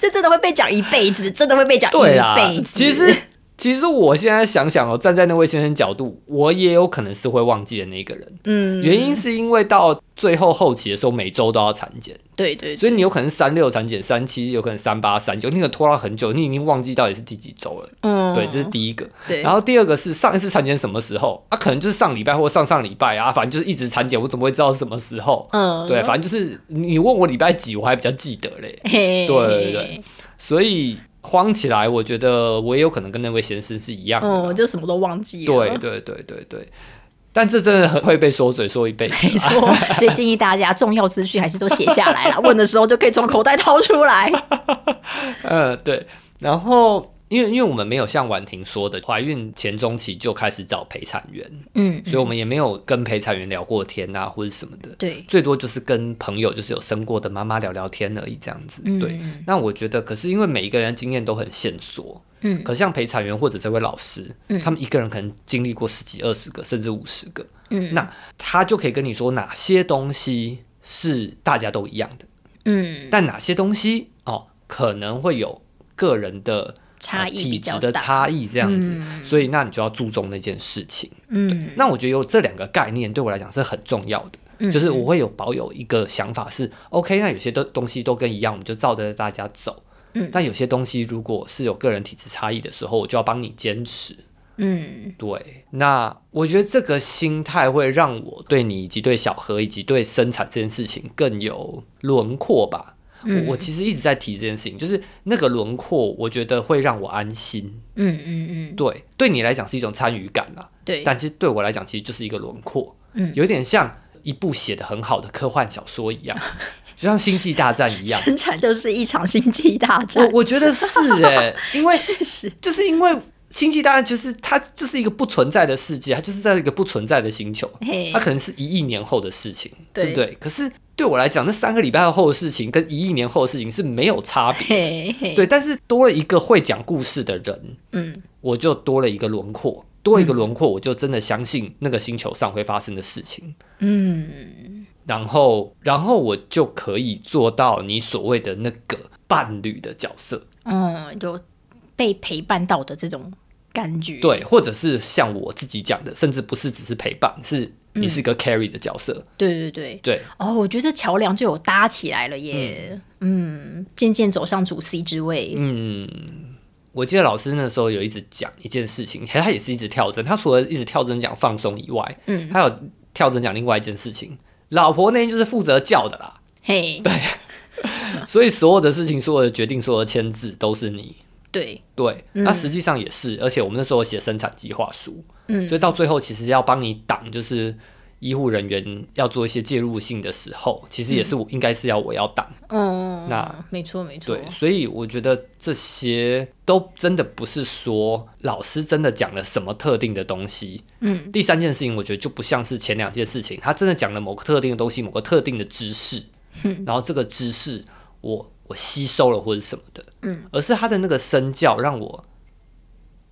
Speaker 1: 这真的会被讲一辈子，真的会被讲
Speaker 2: 对
Speaker 1: 一
Speaker 2: 啦
Speaker 1: 辈子。，
Speaker 2: 其实。其实我现在想想哦，站在那位先生角度，我也有可能是会忘记的那个人。
Speaker 1: 嗯，
Speaker 2: 原因是因为到最后后期的时候，每周都要产检，
Speaker 1: 对对对
Speaker 2: 所以你有可能三六产检、三七，有可能三八、三九，那个拖到很久，你已经忘记到底是第几周了。
Speaker 1: 嗯，
Speaker 2: 对，这是第一个。
Speaker 1: 对
Speaker 2: 然后第二个是上一次产检什么时候？啊，可能就是上礼拜或上上礼拜啊，反正就是一直产检，我怎么会知道是什么时候？
Speaker 1: 嗯
Speaker 2: 对，反正就是你问我礼拜几，我还比较记得嘞。
Speaker 1: 嘿
Speaker 2: 对对对，所以慌起来，我觉得我也有可能跟那位先生是一样的。
Speaker 1: 嗯，就什么都忘记了，
Speaker 2: 对对对对对，但这真的很会被说嘴说一辈子。
Speaker 1: 没错， 所以建议大家重要资讯还是都写下来啦，问的时候就可以从口袋掏出来。
Speaker 2: 呃，对。然后，因为因为我们没有像婉婷说的，怀孕前中期就开始找陪产员，
Speaker 1: 嗯，
Speaker 2: 所以我们也没有跟陪产员聊过天啊，或者什么的。
Speaker 1: 对，
Speaker 2: 最多就是跟朋友，就是有生过的妈妈聊聊天而已，这样子。
Speaker 1: 嗯
Speaker 2: 对，那我觉得，可是因为每一个人的经验都很线索，
Speaker 1: 嗯
Speaker 2: 可像陪产员或者这位老师，他们一个人可能经历过十几、二十个，甚至五十个，
Speaker 1: 嗯
Speaker 2: 那他就可以跟你说哪些东西是大家都一样的，
Speaker 1: 嗯，
Speaker 2: 但哪些东西哦可能会有个人的。
Speaker 1: 差
Speaker 2: 呃
Speaker 1: 异比
Speaker 2: 体
Speaker 1: 较
Speaker 2: 质的
Speaker 1: 大
Speaker 2: 差异这样子，所以那你就要注重那件事情。
Speaker 1: 嗯嗯
Speaker 2: 那我觉得有这两个概念对我来讲是很重要的，就是我会有保有一个想法是，OK，那有些的东西都跟一样，我们就照着大家走。
Speaker 1: 嗯
Speaker 2: 但有些东西如果是有个人体质差异的时候，我就要帮你坚持。
Speaker 1: 嗯
Speaker 2: 对，那我觉得这个心态会让我对你以及对小何以及对生产这件事情更有轮廓吧。
Speaker 1: 嗯
Speaker 2: 我我其实一直在提这件事情，就是那个轮廓，我觉得会让我安心。
Speaker 1: 嗯嗯嗯，
Speaker 2: 对，对你来讲是一种参与感啦。
Speaker 1: 对，
Speaker 2: 但其实对我来讲，其实就是一个轮廓，
Speaker 1: 嗯
Speaker 2: 有点像一部写的很好的科幻小 说一样，就像《星际大战》一样。
Speaker 1: 生产就是一场星际大
Speaker 2: 我
Speaker 1: 战，
Speaker 2: 我觉得是哎、 因为
Speaker 1: 确实，
Speaker 2: 就是因为《星际大战》就是它就是一个不存在的世界，它就是在一个不存在的星球，
Speaker 1: 嘿
Speaker 2: 它，可能是一亿年后的事情，
Speaker 1: 对
Speaker 2: 对不对？可是对我来讲，那三个礼拜后的事情跟一亿年后的事情是没有差别，
Speaker 1: 嘿嘿，
Speaker 2: 对。但是多了一个会讲故事的人，
Speaker 1: 嗯
Speaker 2: 我就多了一个轮廓。多一个轮廓，我就真的相信那个星球上会发生的事情。
Speaker 1: 嗯，
Speaker 2: 然后，然后我就可以做到你所谓的那个伴侣的角色，
Speaker 1: 嗯，有被陪伴到的这种感觉。，
Speaker 2: 对，或者是像我自己讲的，甚至不是只是陪伴，是你是个 carry 的角色，
Speaker 1: 对对对。
Speaker 2: 对，
Speaker 1: 哦，我觉得这桥梁就有搭起来了耶。嗯，渐渐走上主 C 之位。
Speaker 2: 嗯，我记得老师那时候有一直讲一件事情，他也是一直跳针。他除了一直跳针讲放松以外，
Speaker 1: 嗯
Speaker 2: 他有跳针讲另外一件事情。老婆那天就是负责叫的啦，
Speaker 1: 嘿，
Speaker 2: 所以所有的事情、所有的决定、所有的签字都是你。
Speaker 1: 对，
Speaker 2: 对，那实际上也是，而且我们那时候有写生产计划书，
Speaker 1: 嗯
Speaker 2: 所以到最后其实要帮你挡，就是医护人员要做一些介入性的时候，其实也是我、应该是要我要挡，
Speaker 1: 嗯，
Speaker 2: 那
Speaker 1: 没错没错
Speaker 2: 对，，所以我觉得这些都真的不是说老师真的讲了什么特定的东西。
Speaker 1: 嗯，
Speaker 2: 第三件事情，我觉得就不像是前两件事情，他真的讲了某个特定的东西，某个特定的知识，然后这个知识我我吸收了或者什么的，
Speaker 1: 嗯，
Speaker 2: 而是他的那个身教让我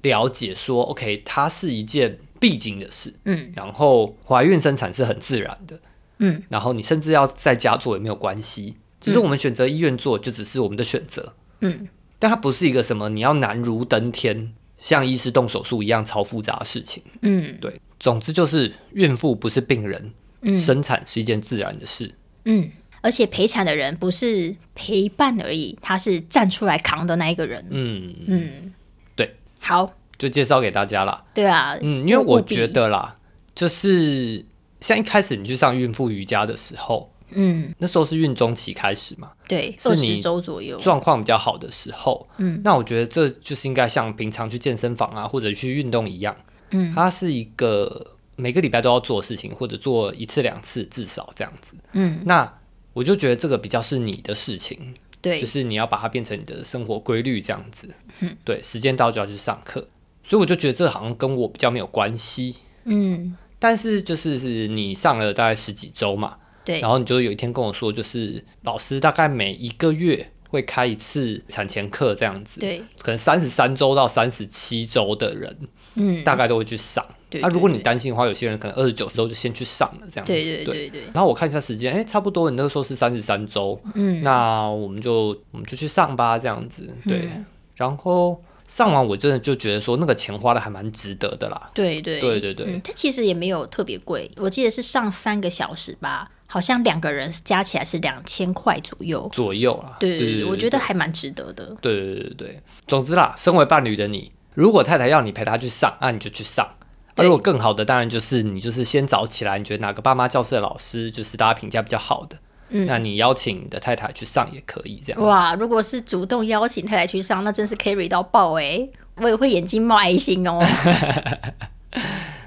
Speaker 2: 了解说，OK，它是一件必经的事，
Speaker 1: 嗯
Speaker 2: 然后怀孕生产是很自然的，
Speaker 1: 嗯，
Speaker 2: 然后你甚至要在家做也没有关系，只是我们选择医院做，就只是我们的选择，
Speaker 1: 嗯，
Speaker 2: 但它不是一个什么你要难如登天，像医师动手术一样超复杂的事情。
Speaker 1: 嗯
Speaker 2: 对，总之就是孕妇不是病人，生产是一件自然的事。
Speaker 1: 嗯，而且陪产的人不是陪伴而已，他是站出来扛的那一个人。
Speaker 2: 嗯，
Speaker 1: 嗯，
Speaker 2: 对，
Speaker 1: 好，
Speaker 2: 就介绍给大家啦。
Speaker 1: 对啊，
Speaker 2: 嗯，因为
Speaker 1: 务
Speaker 2: 我
Speaker 1: 必
Speaker 2: 觉，得啦，就是像一开始你去上孕妇瑜伽的时候，
Speaker 1: 嗯，
Speaker 2: 那时候是孕中期开始嘛，
Speaker 1: 对，
Speaker 2: 是
Speaker 1: 二
Speaker 2: 你
Speaker 1: 十周左右，
Speaker 2: 状况比较好的时候，
Speaker 1: 嗯，
Speaker 2: 那我觉得这就是应该像平常去健身房啊，或者去运动一样，
Speaker 1: 嗯，
Speaker 2: 它是一个每个礼拜都要做的事情，或者做一次两次至少这样子。
Speaker 1: 嗯，
Speaker 2: 那我就觉得这个比较是你的事情，
Speaker 1: 对
Speaker 2: 就，是你要把它变成你的生活规律这样子。嗯，对，时间到就要去上课，所以我就觉得这好像跟我比较没有关系。
Speaker 1: 嗯，
Speaker 2: 但是就是是你上了大概十几周嘛，
Speaker 1: 对
Speaker 2: 然，后你就有一天跟我说，就是老师大概每一个月会开一次产前课这样子，，
Speaker 1: 对，
Speaker 2: 可能三十三周到三十七周的人、
Speaker 1: 嗯，
Speaker 2: 大概都会去上。
Speaker 1: 对
Speaker 2: 那、
Speaker 1: 对
Speaker 2: 如果你
Speaker 1: 对
Speaker 2: 担心的话，有些人可能二十九周就先去上了这样子，
Speaker 1: 对对对对，
Speaker 2: 然后我看一下时间，哎，差不多，你那个时候是三十三周，
Speaker 1: 嗯，
Speaker 2: 那我们就我们就去上吧，这样子，对。然后上完，我真的就觉得说那个钱花的还蛮值得的啦，
Speaker 1: 对对
Speaker 2: 对对对
Speaker 1: 嗯，它其实也没有特别贵，我记得是上三个小时吧，好像两个人加起来是两千块左右。
Speaker 2: 左右啊啦。
Speaker 1: 对对对，我觉
Speaker 2: 得
Speaker 1: 得还蛮值得的。
Speaker 2: 对对对对对。总之啦，身为伴侣的你，如果太太要你陪她去上，那、你就去上。
Speaker 1: 对
Speaker 2: 而如果更好的，当然就是你就是先找起来，你觉得哪个爸妈教室的老师就是大家评价比较好的，
Speaker 1: 嗯
Speaker 2: 那你邀请你的太太去上也可以这样。
Speaker 1: 哇，如果是主动邀请太太去上，那真是 carry 到爆哎、我也会眼睛冒爱心哦。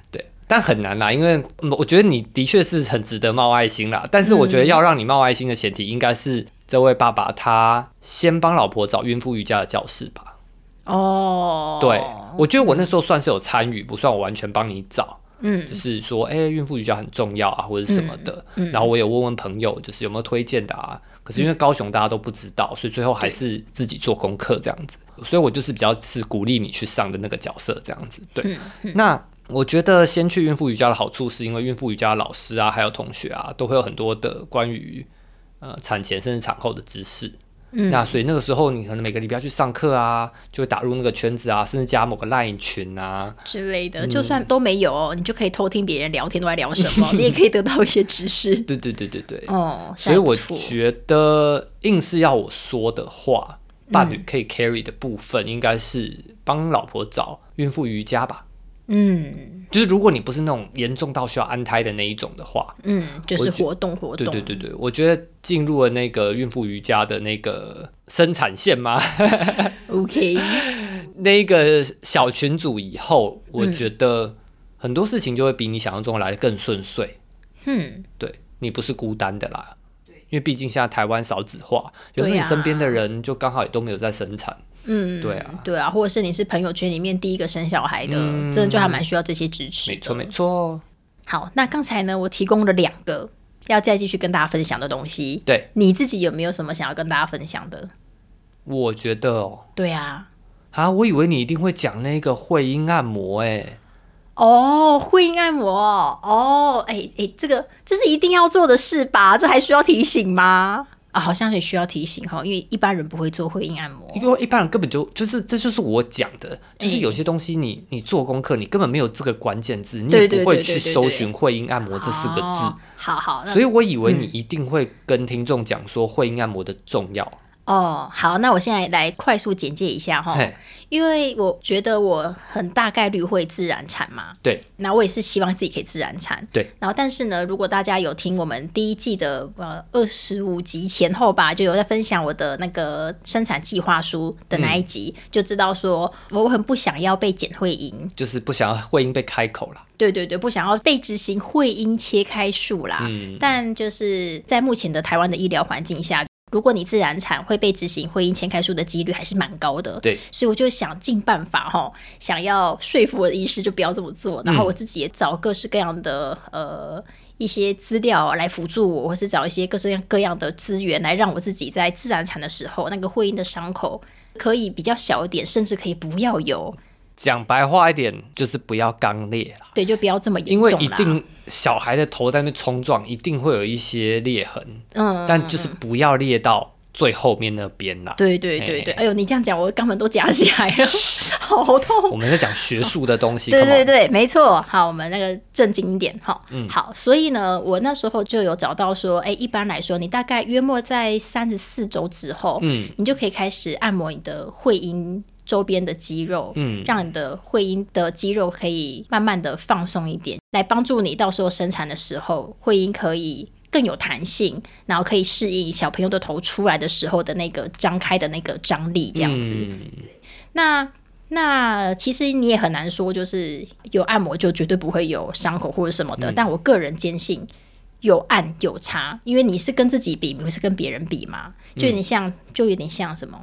Speaker 2: 对，但很难啦，因为嗯我觉得你的确是很值得冒爱心啦。但是我
Speaker 1: 嗯
Speaker 2: 觉得要让你冒爱心的前提，应该是这位爸爸他先帮老婆找孕妇瑜伽的教室吧。
Speaker 1: 哦，
Speaker 2: 对，我觉得我那时候算是有参与，不算我完全帮你找。
Speaker 1: 嗯
Speaker 2: 就是说，哎、孕妇瑜伽很重要啊，或者什么的。
Speaker 1: 嗯嗯
Speaker 2: 然后我也问问朋友，就是有没有推荐的啊。可是因为高雄大家都不知道，所以最后还是自己做功课这样子。所以我就是比较是鼓励你去上的那个角色这样子。对，
Speaker 1: 嗯
Speaker 2: 那我觉得先去孕妇瑜伽的好处，是因为孕妇瑜伽的老师啊，还有同学啊，都会有很多的关于呃产前甚至产后的知识。
Speaker 1: 嗯
Speaker 2: 那所以那个时候，你可能每个礼拜去上课啊，就会打入那个圈子啊，甚至加某个 LINE 群啊，
Speaker 1: 之类的，就算都没有哦，你就可以偷听别人聊天都在聊什么， 你也可以得到一些知识。
Speaker 2: 对对对对对，
Speaker 1: 哦，
Speaker 2: 所以我
Speaker 1: 是还不错
Speaker 2: 觉得，硬是要我说的话，伴侣可以 carry 的部分，应该是帮老婆找孕妇瑜伽吧。
Speaker 1: 嗯
Speaker 2: 就是如果你不是那种严重到需要安胎的那一种的话，
Speaker 1: 嗯，就是
Speaker 2: 我觉
Speaker 1: 活动活
Speaker 2: 对
Speaker 1: 动，
Speaker 2: 对对对，我觉得进入了那个孕妇瑜伽的那个生产线吗？
Speaker 1: o k
Speaker 2: 那个小群组以后，我觉得很多事情就会比你想象中来的更顺遂。
Speaker 1: 嗯，
Speaker 2: 对你不是孤单的啦。因为毕竟现在台湾少子化，有时候
Speaker 1: 对
Speaker 2: 你
Speaker 1: 呀
Speaker 2: 身边的人就刚好也都没有在生产。
Speaker 1: 嗯，
Speaker 2: 对啊，
Speaker 1: 对啊，或者是你是朋友圈里面第一个生小孩的，真的就还蛮需要这些支持的。
Speaker 2: 嗯没错，没错。
Speaker 1: 好，那刚才呢，我提供了两个要再继续跟大家分享的东西。
Speaker 2: 对，
Speaker 1: 你自己有没有什么想要跟大家分享的？
Speaker 2: 我觉得哦，
Speaker 1: 对啊，
Speaker 2: 啊，我以为你一定会讲那个会阴按摩、欸，
Speaker 1: 哦，会阴按摩哦，哎、哎、这个这是一定要做的事吧？这还需要提醒吗？啊，好像也需要提醒哈，因为一般人不会做会阴按摩。
Speaker 2: 因为一般人根本就就是这就是我讲
Speaker 1: 嗯
Speaker 2: 的，就是有些东西你你做功课，你根本没有这个关键字，你也
Speaker 1: 对对
Speaker 2: 不会
Speaker 1: 对对
Speaker 2: 去
Speaker 1: 对
Speaker 2: 搜
Speaker 1: 对
Speaker 2: 寻“会阴按摩”这四个字
Speaker 1: 哦，好好，那嗯
Speaker 2: 所以我以为你一定会跟听众讲说会阴按摩的重要。
Speaker 1: 哦，好，那我现在来快速简介一下哈，
Speaker 2: 嘿，
Speaker 1: 因为我觉得我很大概率会自然产嘛，
Speaker 2: 对，
Speaker 1: 那我也是希望自己可以自然产，
Speaker 2: 对。
Speaker 1: 然后，但是呢，如果大家有听我们第一季的呃二十五集前后吧，就有在分享我的那个生产计划书的那一集，
Speaker 2: 嗯
Speaker 1: 就知道说我很不想要被剪会阴，
Speaker 2: 就是不想要会阴被开口啦。
Speaker 1: 对对对，不想要被执行会阴切开术啦。
Speaker 2: 嗯
Speaker 1: 但就是在目前的台湾的医疗环境下，如果你自然产会被执行会阴切开术的几率还是蛮高的。
Speaker 2: 对，
Speaker 1: 所以我就想尽办法哈，想要说服我的医师就不要这么做，然
Speaker 2: 嗯
Speaker 1: 后我自己也找各式各样的呃。一些资料来辅助我，或是找一些各式各样的资源来让我自己在自然产的时候，那个会阴的伤口可以比较小一点，甚至可以不要有，
Speaker 2: 讲白话一点，就是不要刚裂啦，
Speaker 1: 对，就不要这么严
Speaker 2: 因
Speaker 1: 重啦。
Speaker 2: 为一定小孩的头在那边冲撞，一定会有一些裂痕，
Speaker 1: 嗯，
Speaker 2: 但就是不要裂到最后面那边啦。
Speaker 1: 对对对
Speaker 2: 嘿
Speaker 1: 对，哎呦，你这样讲，我肛门都夹起来了， 好痛。
Speaker 2: 我们在讲学术的东 西，
Speaker 1: 对
Speaker 2: come
Speaker 1: 对
Speaker 2: on，
Speaker 1: 对，没错。好，我们那个正经一点哈。
Speaker 2: 嗯
Speaker 1: 好，所以呢，我那时候就有找到说，哎，一般来说，你大概约莫在三十四周之后，
Speaker 2: 嗯，
Speaker 1: 你就可以开始按摩你的会阴周边的肌肉，
Speaker 2: 嗯
Speaker 1: 让你的会阴的肌肉可以慢慢的放松一点，来帮助你到时候生产的时候，会阴可以更有弹性，然后可以适应小朋友的头出来的时候的那个张开的那个张力这样子。
Speaker 2: 嗯，
Speaker 1: 那那其实你也很难说，就是有按摩就绝对不会有伤口或者什么
Speaker 2: 嗯
Speaker 1: 的。但我个人坚信，有按有差，因为你是跟自己比，不是跟别人比嘛。
Speaker 2: 嗯
Speaker 1: 就有点像，就有点像什么？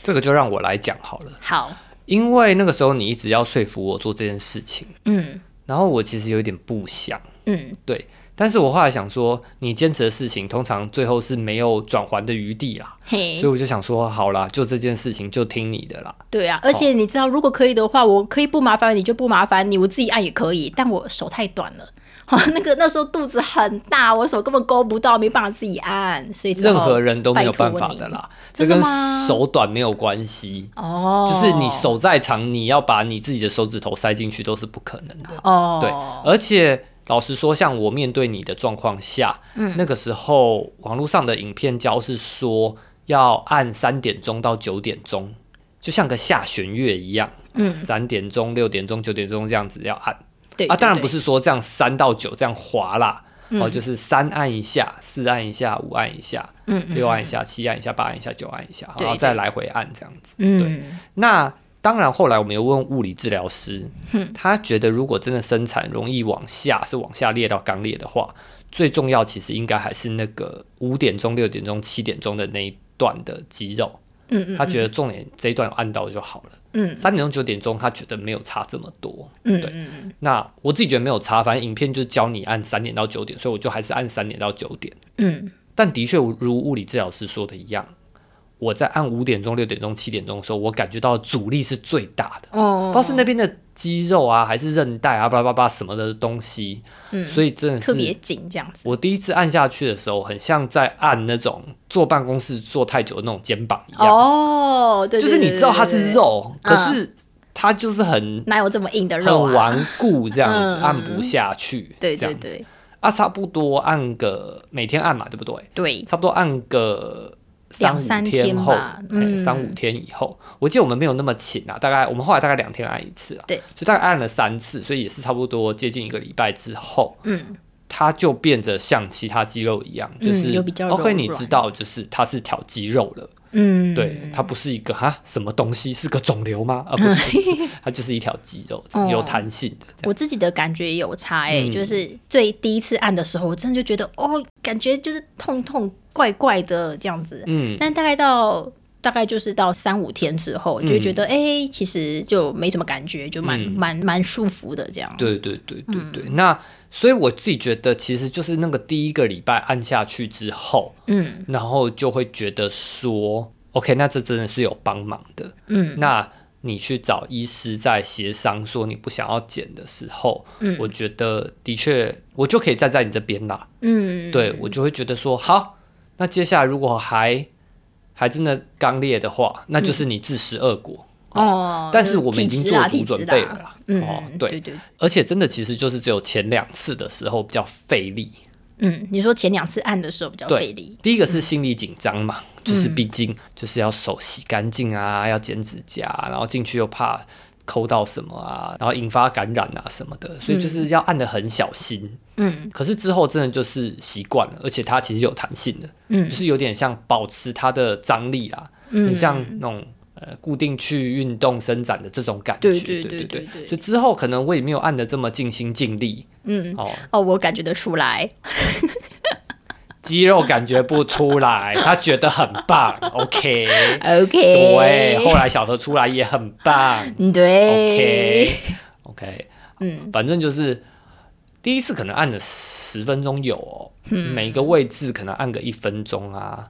Speaker 2: 这个就让我来讲好了，
Speaker 1: 好，
Speaker 2: 因为那个时候你一直要说服我做这件事情，
Speaker 1: 嗯
Speaker 2: 然后我其实有点不想，
Speaker 1: 嗯，
Speaker 2: 对，但是我后来想说，你坚持的事情通常最后是没有转圜的余地啦，
Speaker 1: 嘿
Speaker 2: 所以，我就想说，好啦，就这件事情就听你的啦，
Speaker 1: 对啊。而且你知道，如果可以的话，我可以不麻烦你就不麻烦你，我自己按也可以。但我手太短了。 好，那个那时候肚子很大，我手根本勾不到，没办法自己按，所以只好
Speaker 2: 任何人都没有办
Speaker 1: 拜
Speaker 2: 法
Speaker 1: 托你
Speaker 2: 的啦，这
Speaker 1: 真的
Speaker 2: 跟
Speaker 1: 吗
Speaker 2: 手短没有关系。
Speaker 1: 哦，
Speaker 2: 就是你手再长，你要把你自己的手指头塞进去都是不可能的。
Speaker 1: 哦，
Speaker 2: 对，而且老实说，像我面对你的状况下，
Speaker 1: 嗯
Speaker 2: 那个时候网络上的影片教是说要按三点钟到九点钟，就像个下弦乐一样，
Speaker 1: 嗯
Speaker 2: 三点钟、六点钟、九点钟这样子要按
Speaker 1: 对
Speaker 2: 啊，当然不
Speaker 1: 是。对
Speaker 2: 是说这样三到九这样滑啦。哦，就是三按一下，四按一下，五按一下，
Speaker 1: 嗯
Speaker 2: 六按一下，七按一下，八按一下，九按一下，
Speaker 1: 对
Speaker 2: 然后再
Speaker 1: 对
Speaker 2: 来回按这样子。
Speaker 1: 嗯，
Speaker 2: 那当然，后来我们有问物理治疗师，他觉得如果真的生产容易往下，是往下裂到肛裂的话，最重要其实应该还是那个五点钟、六点钟、七点钟的那一段的肌肉。
Speaker 1: 嗯嗯
Speaker 2: 他觉得重点这一段有按到就好了。
Speaker 1: 嗯，
Speaker 2: 三点钟、九点钟，他觉得没有差这么多。
Speaker 1: 嗯
Speaker 2: 对。那我自己觉得没有差，反正影片就教你按三点到九点，所以我就还是按三点到九点。
Speaker 1: 嗯
Speaker 2: 但的确如物理治疗师说的一样，我在按五点钟、六点钟、七点钟的时候，我感觉到阻力是最大的，不
Speaker 1: 哦
Speaker 2: 知道是那边的肌肉啊，还是韧带啊，巴拉巴拉巴拉什么的东西，所以真的
Speaker 1: 嗯特别
Speaker 2: 是。
Speaker 1: 紧这样子。
Speaker 2: 我第一次按下去的时候，很像在按那种坐办公室坐太久的那种肩膀一样，
Speaker 1: 哦，对，
Speaker 2: 就是你知道它是，肉，
Speaker 1: 对对嗯
Speaker 2: 可是它就是很、
Speaker 1: 哪有这么硬的肉啊？
Speaker 2: 很顽固这样子，
Speaker 1: 嗯
Speaker 2: 按不下 去，
Speaker 1: 对
Speaker 2: 这
Speaker 1: 对
Speaker 2: 样子
Speaker 1: 对
Speaker 2: 啊，差不多按个每天按嘛，对不对？
Speaker 1: 对，
Speaker 2: 差不多按个
Speaker 1: 两
Speaker 2: 三
Speaker 1: 三
Speaker 2: 五天
Speaker 1: 天
Speaker 2: 后
Speaker 1: 吧，
Speaker 2: 嘿
Speaker 1: 嗯
Speaker 2: 三五天以后，我记得我们没有那么勤啊，大概我们后来大概两天按一次啊，
Speaker 1: 对，
Speaker 2: 所以大概按了三次，所以也是差不多接近一个礼拜之后，
Speaker 1: 嗯，
Speaker 2: 它就变得像其他肌肉一样，就是、
Speaker 1: 嗯有比较
Speaker 2: OK，
Speaker 1: 柔
Speaker 2: 你
Speaker 1: 软
Speaker 2: 知道，就是它是条肌肉了，
Speaker 1: 嗯，
Speaker 2: 对，它不是一个哈什么东西，是个肿瘤吗？啊，不是，不是 不是它就是一条肌肉，
Speaker 1: 哦
Speaker 2: 有弹性的这样。
Speaker 1: 我自己的感觉也有差哎、
Speaker 2: 嗯
Speaker 1: 就是最第一次按的时候，我真的就觉得哦，感觉就是痛痛怪怪的这样子。
Speaker 2: 嗯，
Speaker 1: 但大概到大概就是到三五天之后，就会觉得哎、其实就没什么感觉，就蛮
Speaker 2: 嗯
Speaker 1: 蛮蛮舒服的这样。
Speaker 2: 对对对对对。
Speaker 1: 嗯
Speaker 2: 那所以我自己觉得，其实就是那个第一个礼拜按下去之后，
Speaker 1: 嗯
Speaker 2: 然后就会觉得说，OK，那这真的是有帮忙的。
Speaker 1: 嗯，
Speaker 2: 那你去找医师在协商说你不想要剪的时候，
Speaker 1: 嗯
Speaker 2: 我觉得的确我就可以站在你这边啦。
Speaker 1: 嗯，
Speaker 2: 对我就会觉得说，好，那接下来如果还还真的刚烈的话，那就是
Speaker 1: 嗯
Speaker 2: 你自食恶果。
Speaker 1: 哦，
Speaker 2: 但是我们已经
Speaker 1: 体质
Speaker 2: 做
Speaker 1: 啦
Speaker 2: 足准备了，
Speaker 1: 体质啦
Speaker 2: 啦。
Speaker 1: 嗯，
Speaker 2: 哦，
Speaker 1: 对
Speaker 2: 对，
Speaker 1: 对，
Speaker 2: 而且真的其实就是只有前两次的时候比较费力。
Speaker 1: 嗯，你说前两次按的时候比较
Speaker 2: 对
Speaker 1: 费力，
Speaker 2: 第一个是心理紧张嘛，
Speaker 1: 嗯
Speaker 2: 就是毕竟就是要手洗干净啊，要剪指甲啊、然后进去又怕抠到什么啊，然后引发感染啊什么的，所以就是要按的很小心。
Speaker 1: 嗯
Speaker 2: 可是之后真的就是习惯了，而且它其实有弹性的，
Speaker 1: 嗯
Speaker 2: 就是有点像保持它的张力啦，很像那种呃固定去运动伸展的这种感觉，
Speaker 1: 对对
Speaker 2: 对
Speaker 1: 对对
Speaker 2: 对
Speaker 1: 对
Speaker 2: 所以之后可能我也没有按的这么尽心尽力
Speaker 1: 嗯，
Speaker 2: 哦，
Speaker 1: 哦，我感觉得出来，
Speaker 2: 肌肉感觉不出来，他觉得很棒，OK，
Speaker 1: OK，
Speaker 2: 对，后来小何出来也很棒
Speaker 1: 嗯对
Speaker 2: ，OK OK，嗯，反正就是。第一次可能按了十分钟有哦，每个位置可能按个一分钟啊。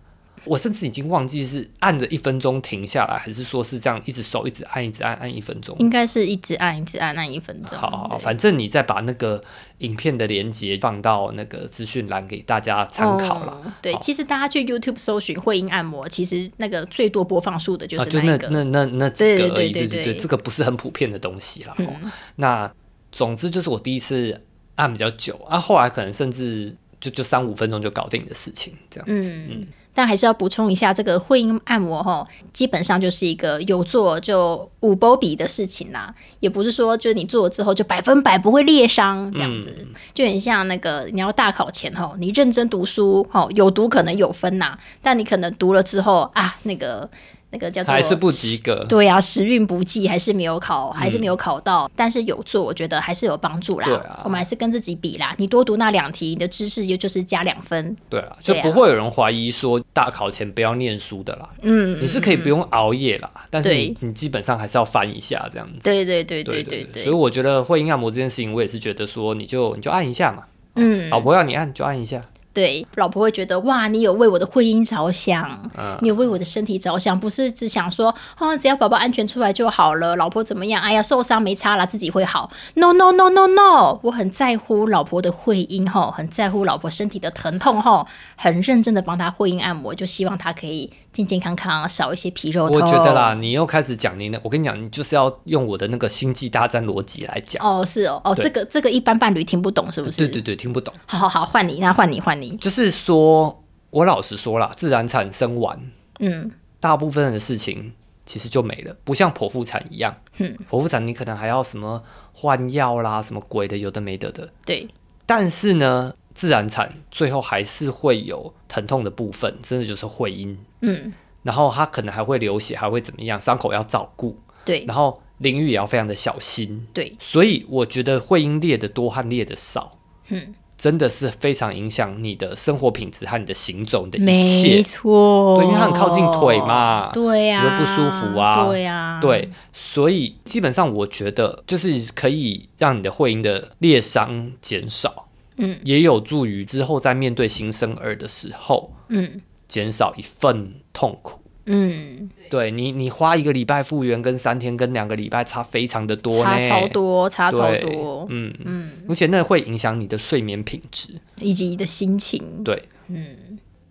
Speaker 2: 我甚至已经忘记是按着一分钟停下来，还是说是这样一直手一直按一直按按一分钟。
Speaker 1: 应该是一直按一直按按一分钟，
Speaker 2: 好好，好，
Speaker 1: 对
Speaker 2: 反正你再把那个影片的连接放到那个资讯栏给大家参考啦。
Speaker 1: 哦对，
Speaker 2: 好
Speaker 1: 其实大家去 YouTube 搜寻会阴按摩，其实那个最多播放数的就
Speaker 2: 啊，
Speaker 1: 是
Speaker 2: 就那
Speaker 1: 一个。
Speaker 2: 那那那几
Speaker 1: 对
Speaker 2: 个而
Speaker 1: 对
Speaker 2: 已，
Speaker 1: 对对
Speaker 2: 对
Speaker 1: 嗯
Speaker 2: 对，这个不是很普遍的东西啦。哦那总之就是我第一次按比较久啊，后来可能甚至就就三五分钟就搞定的事情，这样。
Speaker 1: 嗯，但还是要补充一下，这个会阴按摩吼，基本上就是一个有做就五波比的事情啦，也不是说就是你做了之后就百分百不会裂伤这样子，
Speaker 2: 嗯
Speaker 1: 就很像那个你要大考前吼，你认真读书吼，有读可能有分呐，但你可能读了之后啊，那个那个叫做
Speaker 2: 还是不嗯及格。
Speaker 1: 对呀、时运不济，还是没有考，还是没有考到，但是有做，我觉得还是有帮助啦。
Speaker 2: 对啊
Speaker 1: 我们还是跟自己比啦，你多读那两题，你的知识也就是加两分。
Speaker 2: 对啊，就
Speaker 1: 对啊
Speaker 2: 不会有人怀疑说大考前不要念书的啦。
Speaker 1: 嗯，
Speaker 2: 你是可以不用熬夜啦，但是你
Speaker 1: 对
Speaker 2: 你基本上还是要翻一下这样子。
Speaker 1: 对对对
Speaker 2: 对
Speaker 1: 对
Speaker 2: 对所以我觉得会阴按摩这件事情，我也是觉得说，你就你就按一下嘛，
Speaker 1: 嗯，
Speaker 2: 老婆要你按就按一下，
Speaker 1: 对，老婆会觉得哇，你有为我的婚姻着想，
Speaker 2: 嗯
Speaker 1: 你有为我的身体着想，不是只想说哦，只要宝宝安全出来就好了，老婆怎么样？哎呀，受伤没差啦，自己会好。No No No No No，我很在乎老婆的会阴吼，很在乎老婆身体的疼痛吼，很认真的帮她会阴按摩，就希望她可以健健康康，少一些皮肉
Speaker 2: 我
Speaker 1: 痛。
Speaker 2: 觉得啦，，你又开始讲你那，我跟你讲，你就是要用我的那个星际大战逻辑来讲。
Speaker 1: 哦，是哦，哦，
Speaker 2: 对
Speaker 1: 这个这个一般伴侣听不懂是不是？
Speaker 2: 对对对，听不懂。
Speaker 1: 好好好，换你，那换你换你，
Speaker 2: 就是说，我老实说啦，自然产生完，
Speaker 1: 嗯
Speaker 2: 大部分的事情其实就没了，不像剖腹产一样。
Speaker 1: 嗯，
Speaker 2: 剖腹产你可能还要什么换药啦，什么鬼的，有的没的的。
Speaker 1: 对，
Speaker 2: 但是呢，自然产最后还是会有疼痛的部分，真的就是会阴，
Speaker 1: 嗯
Speaker 2: 然后它可能还会流血，还会怎么样，伤口要照顾，
Speaker 1: 对
Speaker 2: 然后淋浴也要非常的小心。
Speaker 1: 对，
Speaker 2: 所以我觉得会因列的多和列的少，
Speaker 1: 嗯，
Speaker 2: 真的是非常影响你的生活品质和你的行走你的一
Speaker 1: 没
Speaker 2: 切。
Speaker 1: 错，
Speaker 2: 对因为它很靠近腿嘛
Speaker 1: 对呀、
Speaker 2: 你会不舒服啊
Speaker 1: 对呀、
Speaker 2: 对，所以基本上我觉得就是可以让你的会阴的裂伤减少，
Speaker 1: 嗯，
Speaker 2: 也有助于之后在面对新生儿的时候
Speaker 1: 嗯
Speaker 2: 减少一份痛苦。
Speaker 1: 嗯，
Speaker 2: 对你，你花一个礼拜复原跟三天跟两个礼拜差非常的多呢，
Speaker 1: 差超多，差啊超
Speaker 2: 对
Speaker 1: 多，
Speaker 2: 嗯嗯，而且那会影响你的睡眠品质。
Speaker 1: 以及你的心情。
Speaker 2: 对，嗯，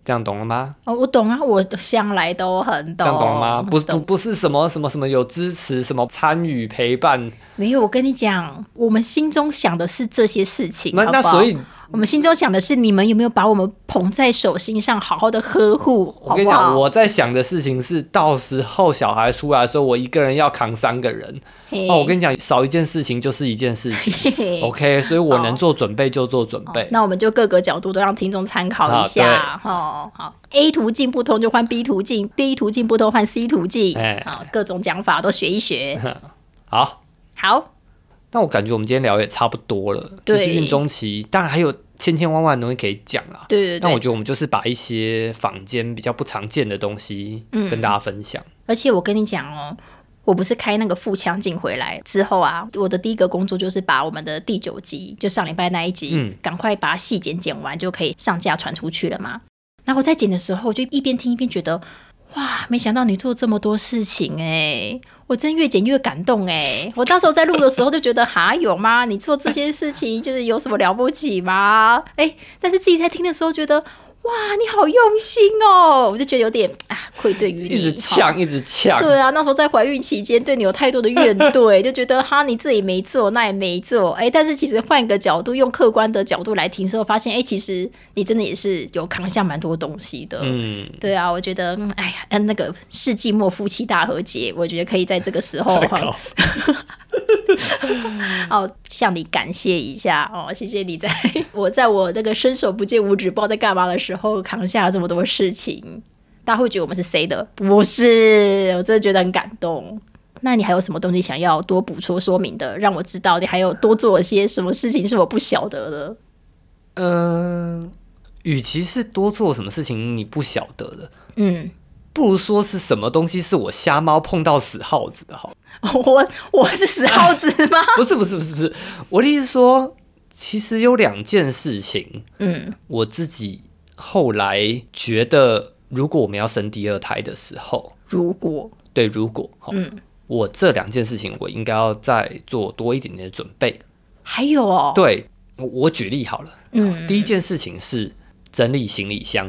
Speaker 2: 这样懂了吗？
Speaker 1: 哦，我懂啊，我向来都很
Speaker 2: 这
Speaker 1: 懂，
Speaker 2: 样懂了吗？不不
Speaker 1: 懂
Speaker 2: 不是什么什么什么有支持什么参与陪伴，
Speaker 1: 没有，我跟你讲，我们心中想的是这些事情，
Speaker 2: 那
Speaker 1: 好
Speaker 2: 那
Speaker 1: 不好
Speaker 2: 所以
Speaker 1: 我们心中想的是你们有没有把我们捧在手心上，好好的呵护，
Speaker 2: 我跟你讲，
Speaker 1: 好不好
Speaker 2: 我在想的事情是，到时候小孩出来的时候，我一个人要扛三个人。
Speaker 1: 嘿
Speaker 2: 哦，我跟你讲，哦少一件事情就是一件事情。
Speaker 1: 嘿嘿
Speaker 2: OK，所以我能
Speaker 1: 好
Speaker 2: 做准备就做准备。
Speaker 1: 哦那我们就各个角度都让听众参考一下
Speaker 2: 啊，
Speaker 1: 哦，好，A 途径不通就换 B 途径，B 途径不通换 C 途径，
Speaker 2: 哎
Speaker 1: 好，各种讲法都学一 学。哦
Speaker 2: 好，
Speaker 1: 好，
Speaker 2: 那我感觉我们今天聊也差不多了，就
Speaker 1: 对
Speaker 2: 是孕中期，当然还有千千万万的东西可以讲啦。
Speaker 1: 对对
Speaker 2: 那我
Speaker 1: 对，
Speaker 2: 觉得我们就是把一些坊间比较不常见的东西
Speaker 1: 嗯
Speaker 2: 跟大家分享。
Speaker 1: 而且我跟你讲哦。我不是开那个腹腔镜回来之后啊，我的第一个工作就是把我们的第九集，就上礼拜那一集，
Speaker 2: 嗯
Speaker 1: 赶快把它细剪剪完，就可以上架传出去了嘛。然后我在剪的时候，我就一边听一边觉得，哇，没想到你做这么多事情哎、我真越剪越感动哎、我到时候在录的时候就觉得，哈，有吗？你做这些事情就是有什么了不起吗？哎、但是自己在听的时候觉得，哇，你好用心哦，我就觉得有点啊愧对于你，
Speaker 2: 一直
Speaker 1: 哈
Speaker 2: 呛，一直呛，
Speaker 1: 对啊，那时候在怀孕期间，对你有太多的怨怼， 就觉得哈你自己没做，那也没做，哎、但是其实换一个角度，用客观的角度来听之后，发现哎、其实你真的也是有扛下蛮多东西的。
Speaker 2: 嗯，
Speaker 1: 对啊，我觉得，嗯哎呀，嗯，那个世纪末夫妻大和解，我觉得可以在这个时候 哈，哦，向你感谢一下哦，谢谢你在 我在我这个伸手不见五指，不知道在干嘛的时候，扛下了这么多事情。大家会觉得我们是谁的？不是，我真的觉得很感动。那你还有什么东西想要多补充说明的，让我知道你还有多做些什么事情是我不晓得的？
Speaker 2: 嗯，与其是多做什么事情你不晓得的，
Speaker 1: 嗯，
Speaker 2: 不如说是什么东西是我瞎猫碰到死耗子的好了。
Speaker 1: 我我是死耗子吗？
Speaker 2: 不是不是不是不是，我的意思说，其实有两件事情，
Speaker 1: 嗯
Speaker 2: 我自己后来觉得，如果我们要生第二胎的时候，
Speaker 1: 如果
Speaker 2: 对，如果，齁
Speaker 1: 嗯，
Speaker 2: 我这两件事情我应该要再做多一点点的准备。
Speaker 1: 还有哦，
Speaker 2: 对，我我举例好了，
Speaker 1: 嗯，
Speaker 2: 第一件事情是整理行李箱，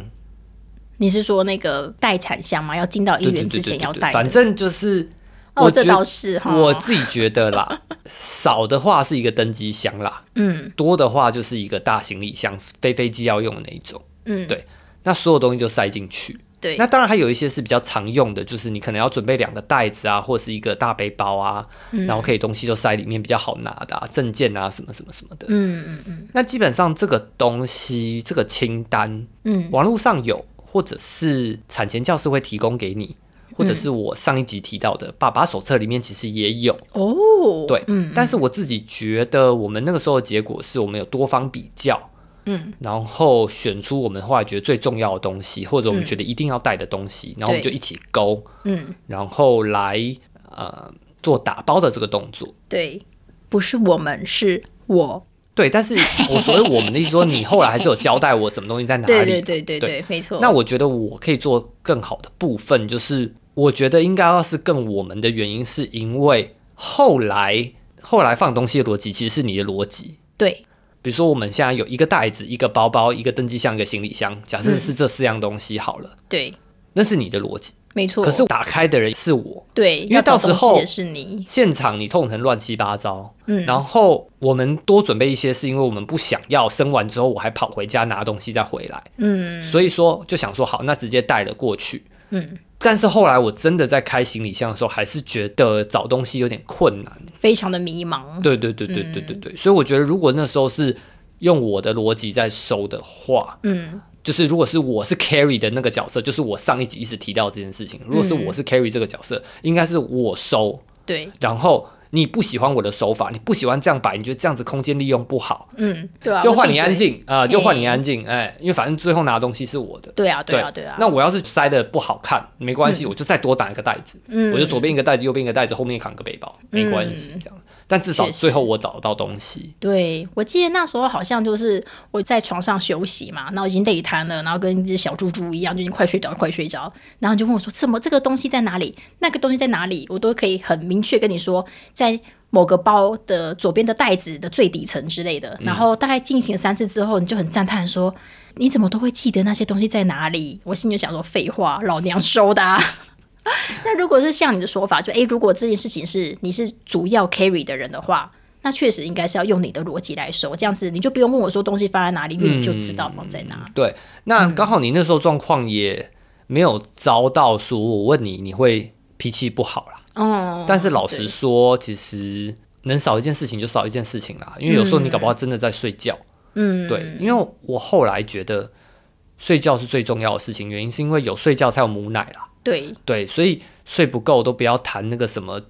Speaker 1: 你是说那个待产箱吗？要进到医
Speaker 2: 对对
Speaker 1: 院之
Speaker 2: 对对
Speaker 1: 前要
Speaker 2: 对
Speaker 1: 带的？
Speaker 2: 对，反正就是。
Speaker 1: 哦，
Speaker 2: 我
Speaker 1: 这
Speaker 2: 觉
Speaker 1: 倒是哦哈。
Speaker 2: 我自己觉得啦， 少的话是一个登机箱啦，
Speaker 1: 嗯
Speaker 2: 多的话就是一个大行李箱，飞飞机要用的那一种。
Speaker 1: 嗯，
Speaker 2: 对那所有东西就塞进去。
Speaker 1: 对嗯
Speaker 2: 那当然还有一些是比较常用的，就是你可能要准备两个袋子啊，或是一个大背包啊，
Speaker 1: 嗯
Speaker 2: 然后可以东西都塞里面，比较好拿的、啊、证件啊，什么什么什么的。
Speaker 1: 嗯嗯嗯
Speaker 2: 那基本上这个东西，这个清单，
Speaker 1: 嗯
Speaker 2: 网络上有，或者是产前教室会提供给你，或
Speaker 1: 嗯
Speaker 2: 者是我上一集提到的爸爸手册里面其实也有。
Speaker 1: 哦，
Speaker 2: 对，
Speaker 1: 嗯
Speaker 2: 但是我自己觉得，我们那个时候的结果是我们有多方比较，
Speaker 1: 嗯，
Speaker 2: 然后选出我们后来觉得最重要的东西，或者我们觉得一定要带的东西，然后我们就
Speaker 1: 对
Speaker 2: 一起勾，
Speaker 1: 嗯
Speaker 2: 然后来呃做打包的这个动作。
Speaker 1: 对，不是我们是我，
Speaker 2: 对，但是我所谓我们的意思说，你后来还是有交代我什么东西在哪里。
Speaker 1: 对对对对
Speaker 2: 对
Speaker 1: 对，没错。
Speaker 2: 那我觉得我可以做更好的部分，就是我觉得应该要是更我们的原因，是因为后来后来放东西的逻辑其实是你的逻辑，
Speaker 1: 对
Speaker 2: 比如说我们现在有一个袋子、一个包包、一个登机箱、一个行李箱，假
Speaker 1: 嗯
Speaker 2: 设是这四样东西好了，
Speaker 1: 对，
Speaker 2: 那是你的逻辑。
Speaker 1: 没错。
Speaker 2: 可是打开的人是我，
Speaker 1: 对，
Speaker 2: 因为
Speaker 1: 要找
Speaker 2: 到时
Speaker 1: 东西
Speaker 2: 候
Speaker 1: 也是你，
Speaker 2: 现场你痛成乱七八糟。
Speaker 1: 嗯
Speaker 2: 然后我们多准备一些，是因为我们不想要生完之后我还跑回家拿东西再回来，
Speaker 1: 嗯
Speaker 2: 所以说就想说好，那直接带了过去。
Speaker 1: 嗯，
Speaker 2: 但是后来我真的在开行李箱的时候，还是觉得找东西有点困难。
Speaker 1: 非常的迷茫。
Speaker 2: 对对对对对对对，所以我觉得如果那时候是用我的逻辑在收的话，
Speaker 1: 嗯
Speaker 2: 就是如果是我是 carry 的那个角色，就是我上一集一直提到这件事情。如果是
Speaker 1: 嗯
Speaker 2: 我是 carry 这个角色，应该是我收，
Speaker 1: 对，
Speaker 2: 然后你不喜欢我的手法，你不喜欢这样摆，你觉得这样子空间利用不好，
Speaker 1: 嗯对啊，
Speaker 2: 就
Speaker 1: 我
Speaker 2: 换
Speaker 1: 闭
Speaker 2: 你安
Speaker 1: 嘴。
Speaker 2: 静啊、就换你
Speaker 1: 嘿
Speaker 2: 安静，哎，因为反正最后拿东西是我的。
Speaker 1: 对啊对啊对啊，
Speaker 2: 那我要是塞的不好看，没关系，我就再多打一个袋子，
Speaker 1: 嗯嗯
Speaker 2: 我就左边一个袋子，右边一个袋子，后面扛个背包，没关系，这样。但至少
Speaker 1: 确实
Speaker 2: 最后我找得到东西。
Speaker 1: 对，我记得那时候好像就是我在床上休息嘛，然后已经累瘫了，然后跟一只小猪猪一样，就已经快睡着，快睡着。然后你就问我说：“什么？这个东西在哪里？那个东西在哪里？”我都可以很明确跟你说，在某个包的左边的袋子的最底层之类的。然后大概进行了三次之后，你就很赞叹说：“你怎么都会记得那些东西在哪里？”我心里就想说：“废话，老娘收的、啊。”那如果是像你的说法，就诶，如果这件事情是你是主要 carry 的人的话，那确实应该是要用你的逻辑来收，这样子你就不用问我说东西放在哪里，因为你就知道放在哪。
Speaker 2: 对，那刚好你那时候状况也没有遭到说我问你你会脾气不好啦。
Speaker 1: 嗯，
Speaker 2: 但是老
Speaker 1: 对
Speaker 2: 实说，其实能少一件事情就少一件事情啦，因为有时候你搞不好真的在睡觉。
Speaker 1: 嗯，
Speaker 2: 对，因为我后来觉得睡觉是最重要的事情，原因是因为有睡觉才有母奶啦。
Speaker 1: 对
Speaker 2: 对，所以睡不够都不要谈那个什么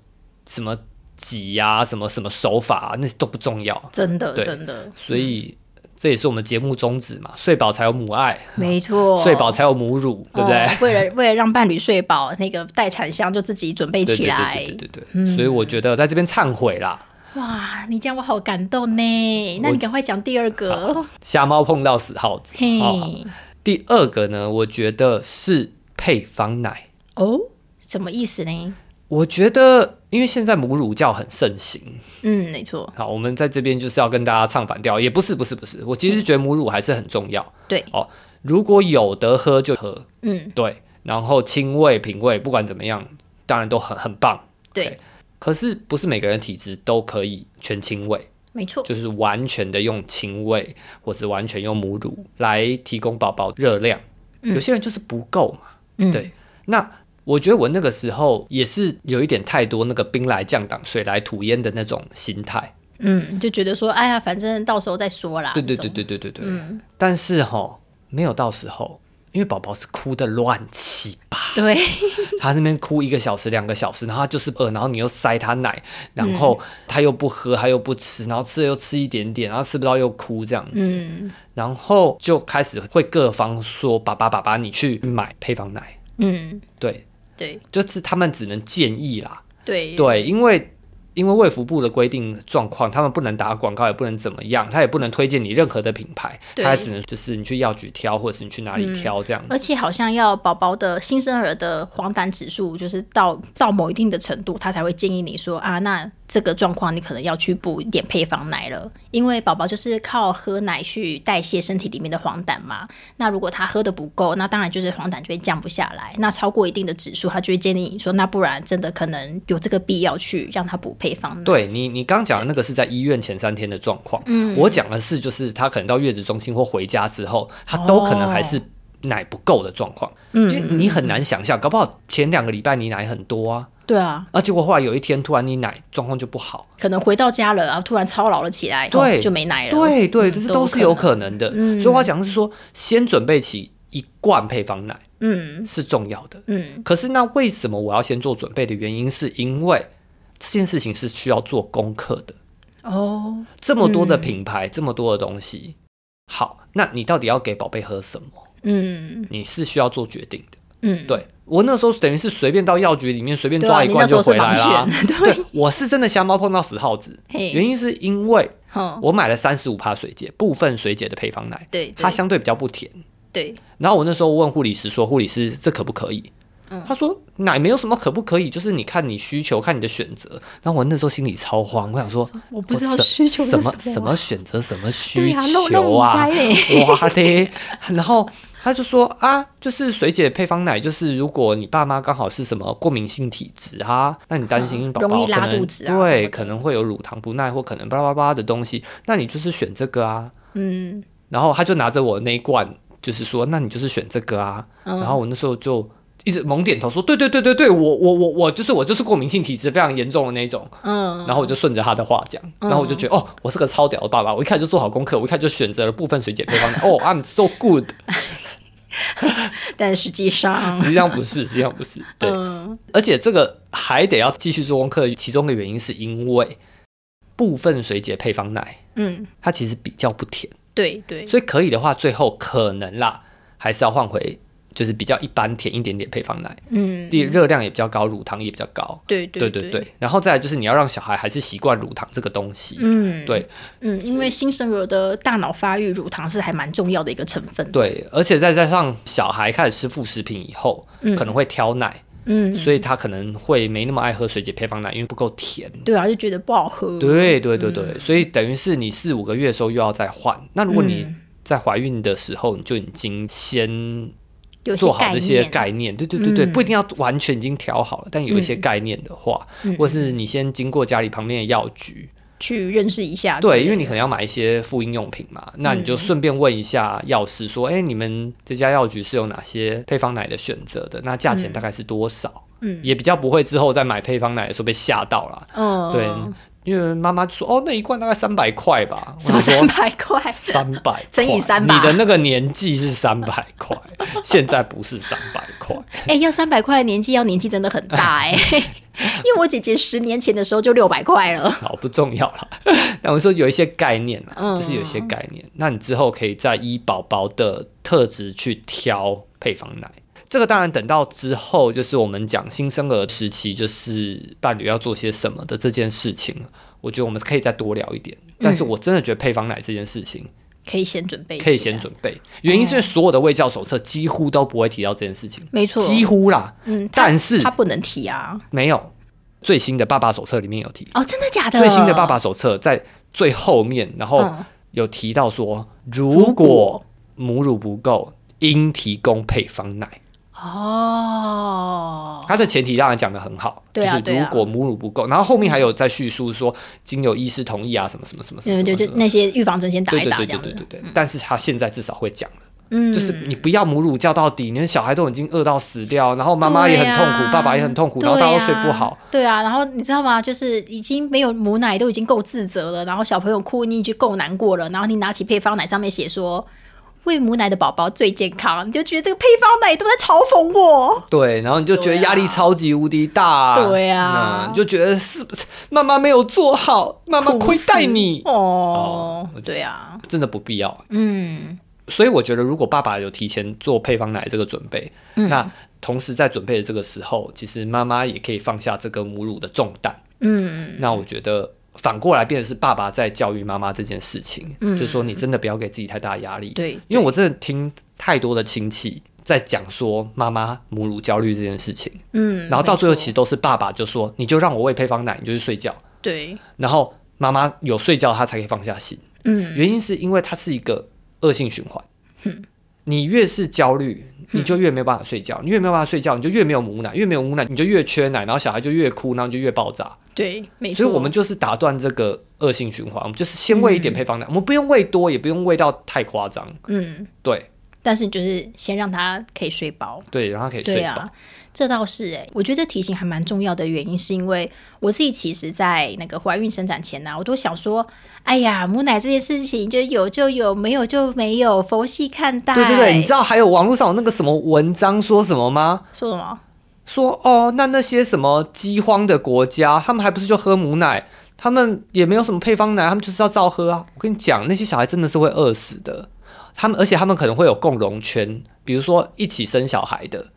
Speaker 2: 什么挤呀、什么什么手法、啊，那都不重要。
Speaker 1: 真的
Speaker 2: 对
Speaker 1: 真的
Speaker 2: 所以这也是我们节目宗旨嘛，睡饱才有母爱，
Speaker 1: 没错，
Speaker 2: 睡饱才有母乳，对不对？
Speaker 1: 哦为了为了让伴侣睡饱，那个待产箱就自己准备
Speaker 2: 对
Speaker 1: 起
Speaker 2: 对
Speaker 1: 来。嗯
Speaker 2: 对对对对对，所以我觉得在这边忏悔啦，
Speaker 1: 哇，你这样我好感动呢。那你赶快讲第二个，
Speaker 2: 瞎猫碰到死耗子。
Speaker 1: 嘿，
Speaker 2: 好第二个呢，我觉得是配方奶。
Speaker 1: 哦哦，什么意思呢？
Speaker 2: 我觉得，因为现在母乳教很盛行，
Speaker 1: 嗯，没错，
Speaker 2: 好，我们在这边就是要跟大家唱反调，也不是，不是，不是，我其实觉得母乳还是很重要。哦
Speaker 1: 对，
Speaker 2: 如果有得喝就喝，
Speaker 1: 嗯，
Speaker 2: 对，然后亲喂、品味，不管怎么样，当然都很很棒。
Speaker 1: 对
Speaker 2: OK，可是不是每个人体质都可以全亲喂，
Speaker 1: 没错，
Speaker 2: 就是完全的用亲喂，或是完全用母乳来提供宝宝热量。
Speaker 1: 嗯
Speaker 2: 有些人就是不够嘛。
Speaker 1: 嗯，
Speaker 2: 对那我觉得我那个时候也是有一点太多那个兵来将挡、水来土掩的那种心态。
Speaker 1: 嗯，就觉得说，哎呀，反正到时候再说啦。
Speaker 2: 对对
Speaker 1: 啊这
Speaker 2: 对
Speaker 1: 种，嗯
Speaker 2: 对对对对。但是哈，没有到时候，因为宝宝是哭的乱七八
Speaker 1: 对，
Speaker 2: 他那边哭一个小时、两个小时，然后他就是饿，然后你又塞他奶，然
Speaker 1: 嗯
Speaker 2: 后他又不喝，他又不吃，然后吃了又吃一点点，然后吃不到又哭这样子，
Speaker 1: 嗯
Speaker 2: 然后就开始会各方说：“爸爸，爸爸，你去买配方奶。
Speaker 1: 嗯，”
Speaker 2: 对，
Speaker 1: 对
Speaker 2: 就是他们只能建议啦。
Speaker 1: 对
Speaker 2: 对，因为因为卫福部的规定状况，他们不能打广告，也不能怎么样，他也不能推荐你任何的品牌，
Speaker 1: 对
Speaker 2: 他只能就是你去药局挑，或者是你去哪里挑这样。
Speaker 1: 而且好像要宝宝的新生儿的黄疸指数，就是到到某一定的程度，他才会建议你说啊，那这个状况你可能要去补一点配方奶了，因为宝宝就是靠喝奶去代谢身体里面的黄疸嘛。那如果他喝的不够，那当然就是黄疸就会降不下来。那超过一定的指数，他就会建议你说，那不然真的可能有这个必要去让他补配方奶。
Speaker 2: 对你，你刚讲的那个是在医院前三天的状况。嗯，我讲的是就是他可能到月子中心或回家之后，他都可能还是奶不够的状况。嗯、就你很难想象，搞不好前两个礼拜你奶很多啊，
Speaker 1: 对啊，
Speaker 2: 啊，结果后来有一天突然你奶状况就不好。
Speaker 1: 可能回到家了，然后突然操劳了起来，
Speaker 2: 对
Speaker 1: 哦就没奶了。
Speaker 2: 对对，
Speaker 1: 嗯
Speaker 2: 这是
Speaker 1: 都
Speaker 2: 都
Speaker 1: 有
Speaker 2: 是
Speaker 1: 可
Speaker 2: 有
Speaker 1: 能嗯
Speaker 2: 可能的。所以我要讲的是说，先准备起一罐配方奶
Speaker 1: 嗯
Speaker 2: 是重要的。
Speaker 1: 嗯，
Speaker 2: 可是那为什么我要先做准备的原因，是因为这件事情是需要做功课的。
Speaker 1: 哦，嗯
Speaker 2: 这么多的品牌，这么多的东西，好，那你到底要给宝贝喝什么？
Speaker 1: 嗯
Speaker 2: 你是需要做决定的。
Speaker 1: 嗯，
Speaker 2: 对我那时候等于是随便到药局里面随便
Speaker 1: 对啊，
Speaker 2: 抓一
Speaker 1: 你那
Speaker 2: 罐
Speaker 1: 时
Speaker 2: 就
Speaker 1: 候是
Speaker 2: 回来
Speaker 1: 盲
Speaker 2: 啦。
Speaker 1: 选，对，
Speaker 2: 对，我是真的瞎猫碰到死耗子，
Speaker 1: 嘿，
Speaker 2: 原因是因为
Speaker 1: 好，
Speaker 2: 我买了三十五帕水解，部分水解的配方奶，
Speaker 1: 对，
Speaker 2: 它
Speaker 1: 对
Speaker 2: 相对比较不甜。
Speaker 1: 对，
Speaker 2: 然后我那时候问护理师说：“护理师，这可不可以？”
Speaker 1: 嗯
Speaker 2: 他说：“奶没有什么可不可以，就是你看你需求，看你的选择。”然后我那时候心里超慌，我想说：“
Speaker 1: 我不知道
Speaker 2: 什
Speaker 1: 需求是
Speaker 2: 什么
Speaker 1: 什么啊
Speaker 2: 什么选择，什么需
Speaker 1: 对呀漏
Speaker 2: 求 啊
Speaker 1: 漏你？
Speaker 2: 哇嘞！”然后他就说：“啊，就是水解配方奶，就是如果你爸妈刚好是什么过敏性体质啊，那你担心
Speaker 1: 嗯
Speaker 2: 宝宝
Speaker 1: 容易
Speaker 2: 可
Speaker 1: 拉
Speaker 2: 能、
Speaker 1: 肚子啊什么
Speaker 2: 对
Speaker 1: 的
Speaker 2: 可能会有乳糖不耐或可能巴拉巴拉的东西，那你就是选这个啊。”
Speaker 1: 嗯，
Speaker 2: 然后他就拿着我那一罐，就是说，那你就是选这个啊。
Speaker 1: 嗯
Speaker 2: 然后我那时候就一直猛点头说，对对对对对，我我我我就是我就是过敏性体质非常严重的那一种。
Speaker 1: 嗯，
Speaker 2: 然后我就顺着他的话讲，然后我就觉得哦，我是个超屌的爸爸，我一开始就做好功课，我一开始就选择了部分水解配 方奶。哦，I'm so good。
Speaker 1: 但实际 上，
Speaker 2: 实际上不是，实际上不是。对，
Speaker 1: 嗯
Speaker 2: 而且这个还得要继续做功课，其中的原因是因为部分水解配方奶
Speaker 1: 嗯，
Speaker 2: 它其实比较不甜。
Speaker 1: 对对，
Speaker 2: 所以可以的话，最后可能啦，还是要换回就是比较一般甜一点点配方奶，
Speaker 1: 嗯，
Speaker 2: 第热量也比较高，乳糖也比较高。
Speaker 1: 对
Speaker 2: 对对
Speaker 1: 对，
Speaker 2: 对，然后再来就是你要让小孩还是习惯乳糖这个东西。
Speaker 1: 嗯，
Speaker 2: 对，
Speaker 1: 嗯，因为新生儿的大脑发育，乳糖是还蛮重要的一个成分，
Speaker 2: 对，而且再加上小孩开始吃副食品以后，
Speaker 1: 嗯
Speaker 2: 可能会挑奶，
Speaker 1: 嗯，
Speaker 2: 所以他可能会没那么爱喝水解配方奶，因为不够甜。
Speaker 1: 对啊，就觉得不好喝，
Speaker 2: 对对对对，
Speaker 1: 嗯
Speaker 2: 所以等于是你四五个月的时候又要再换。那如果你
Speaker 1: 嗯
Speaker 2: 在怀孕的时候，你就已经先
Speaker 1: 有些
Speaker 2: 做好这些
Speaker 1: 念
Speaker 2: 概念，对对对对，
Speaker 1: 嗯
Speaker 2: 不一定要完全已经调好了，但有一些概念的话，
Speaker 1: 嗯
Speaker 2: 或是你先经过家里旁边的药局，
Speaker 1: 去认识一下之类的，
Speaker 2: 对，因为你可能要买一些妇婴用品嘛，那
Speaker 1: 嗯
Speaker 2: 你就顺便问一下药师说，哎、你们这家药局是有哪些配方奶的选择的？那价钱大概是多少？
Speaker 1: 嗯
Speaker 2: 也比较不会之后再买配方奶的时候被吓到啦。
Speaker 1: 嗯，
Speaker 2: 对，因为妈妈就说，哦，那一罐大概三百块 吧，
Speaker 1: 什么
Speaker 2: 我想
Speaker 1: 三
Speaker 2: 说
Speaker 1: 百块，
Speaker 2: 三百
Speaker 1: 乘以三吧
Speaker 2: 你的那个年纪是三百块，现在不是三百块。
Speaker 1: 哎、要三百块的年纪，要年纪真的很大哎、 因为我姐姐十年前的时候就六百块了。
Speaker 2: 好，不重要啦。 那我说有一些概念啦，
Speaker 1: 嗯
Speaker 2: 就是有一些概念。那你之后可以再依宝宝的特质去挑配方奶。这个当然等到之后，就是我们讲新生儿时期，就是伴侣要做些什么的
Speaker 1: 嗯
Speaker 2: 这件事情，我觉得我们可以再多聊一点。但是我真的觉得配方奶这件事情
Speaker 1: 可以先准备起来，
Speaker 2: 可以先准备。原因是因为所有的卫教手册几乎都不会提到这件事情，
Speaker 1: 嗯没错，
Speaker 2: 几乎啦，
Speaker 1: 嗯，他
Speaker 2: 但是
Speaker 1: 他不能提啊。
Speaker 2: 没有最新的爸爸手册里面有提，
Speaker 1: 哦，真的假的？
Speaker 2: 最新的爸爸手册在最后面，然后
Speaker 1: 嗯
Speaker 2: 有提到说，如果母乳不够，应提供配方奶。
Speaker 1: 哦，
Speaker 2: 它的前提当然讲的很好，
Speaker 1: 对啊
Speaker 2: 就是如果母乳不够，然后后面还有在叙述说经由医师同意啊，什么什么什么什
Speaker 1: 对
Speaker 2: 么什
Speaker 1: 对，
Speaker 2: 么
Speaker 1: 嗯就
Speaker 2: 什么。
Speaker 1: 那些预防针先打
Speaker 2: 对
Speaker 1: 一
Speaker 2: 对
Speaker 1: 打
Speaker 2: 对
Speaker 1: 这
Speaker 2: 对
Speaker 1: 样
Speaker 2: 对对
Speaker 1: 子，
Speaker 2: 对，但是他现在至少会讲了，
Speaker 1: 嗯，
Speaker 2: 就是你不要母乳叫到底，你的小孩都已经饿到死掉，然后妈妈也很痛
Speaker 1: 对啊
Speaker 2: 苦，爸爸也很痛苦，然后大家都睡不好，。
Speaker 1: 对啊对啊，然后你知道吗？就是已经没有母奶，都已经够自责了，然后小朋友哭，你已经够难过了，然后你拿起配方奶，上面写说。喂母奶的宝宝最健康，你就觉得这个配方奶都在嘲讽我。
Speaker 2: 对，然后你就觉得压力超级无敌大，
Speaker 1: 对啊
Speaker 2: 嗯你就觉得是不是妈妈没有做好，妈妈亏待你，
Speaker 1: 哦
Speaker 2: 哦，
Speaker 1: 对啊，
Speaker 2: 真的不必要。
Speaker 1: 嗯，
Speaker 2: 所以我觉得，如果爸爸有提前做配方奶这个准备，
Speaker 1: 嗯
Speaker 2: 那同时在准备的这个时候，其实妈妈也可以放下这个母乳的重担。
Speaker 1: 嗯，
Speaker 2: 那我觉得反过来变成是爸爸在教育妈妈这件事情，
Speaker 1: 嗯
Speaker 2: 就是说你真的不要给自己太大的压力，
Speaker 1: 对，
Speaker 2: 因为我真的听太多的亲戚在讲说妈妈母乳焦虑这件事情。
Speaker 1: 嗯，
Speaker 2: 然后到最后其实
Speaker 1: 没错
Speaker 2: 都是爸爸就说，你就让我喂配方奶，你就去睡觉。
Speaker 1: 对，
Speaker 2: 然后妈妈有睡觉，她才可以放下心。
Speaker 1: 嗯，
Speaker 2: 原因是因为它是一个恶性循环。你越是焦虑，
Speaker 1: 嗯
Speaker 2: 你就越没有办法睡觉，你越没有办法睡觉，你就越没有母奶，越没有母奶，你就越缺奶，然后小孩就越哭，然后你就越爆炸。
Speaker 1: 对，没错。
Speaker 2: 所以我们就是打断这个恶性循环，我们就是先喂一点配方奶，我们不用喂多，也不用喂到太夸张。
Speaker 1: 嗯，
Speaker 2: 对
Speaker 1: 但是就是先让他可以睡饱。
Speaker 2: 对，然后可以
Speaker 1: 对
Speaker 2: 睡饱。
Speaker 1: 啊，这倒是哎、我觉得这提醒还蛮重要的原因，是因为我自己其实，在那个怀孕生产前呢、啊我都想说，哎呀，母奶这件事情就有就有，没有就没有，佛系看待。
Speaker 2: 对对对，你知
Speaker 1: 道
Speaker 2: 道还有网络上有那个什么文章说什么吗？
Speaker 1: 说什么？
Speaker 2: 说哦，那那些什么饥荒的国家，他们还不是就喝母奶？他们也没有什么配方奶，他们就是要照喝啊！我跟你讲，那些小孩真的是会饿死的。他们，而且他们可能会有共荣圈，比如说一起生小孩的。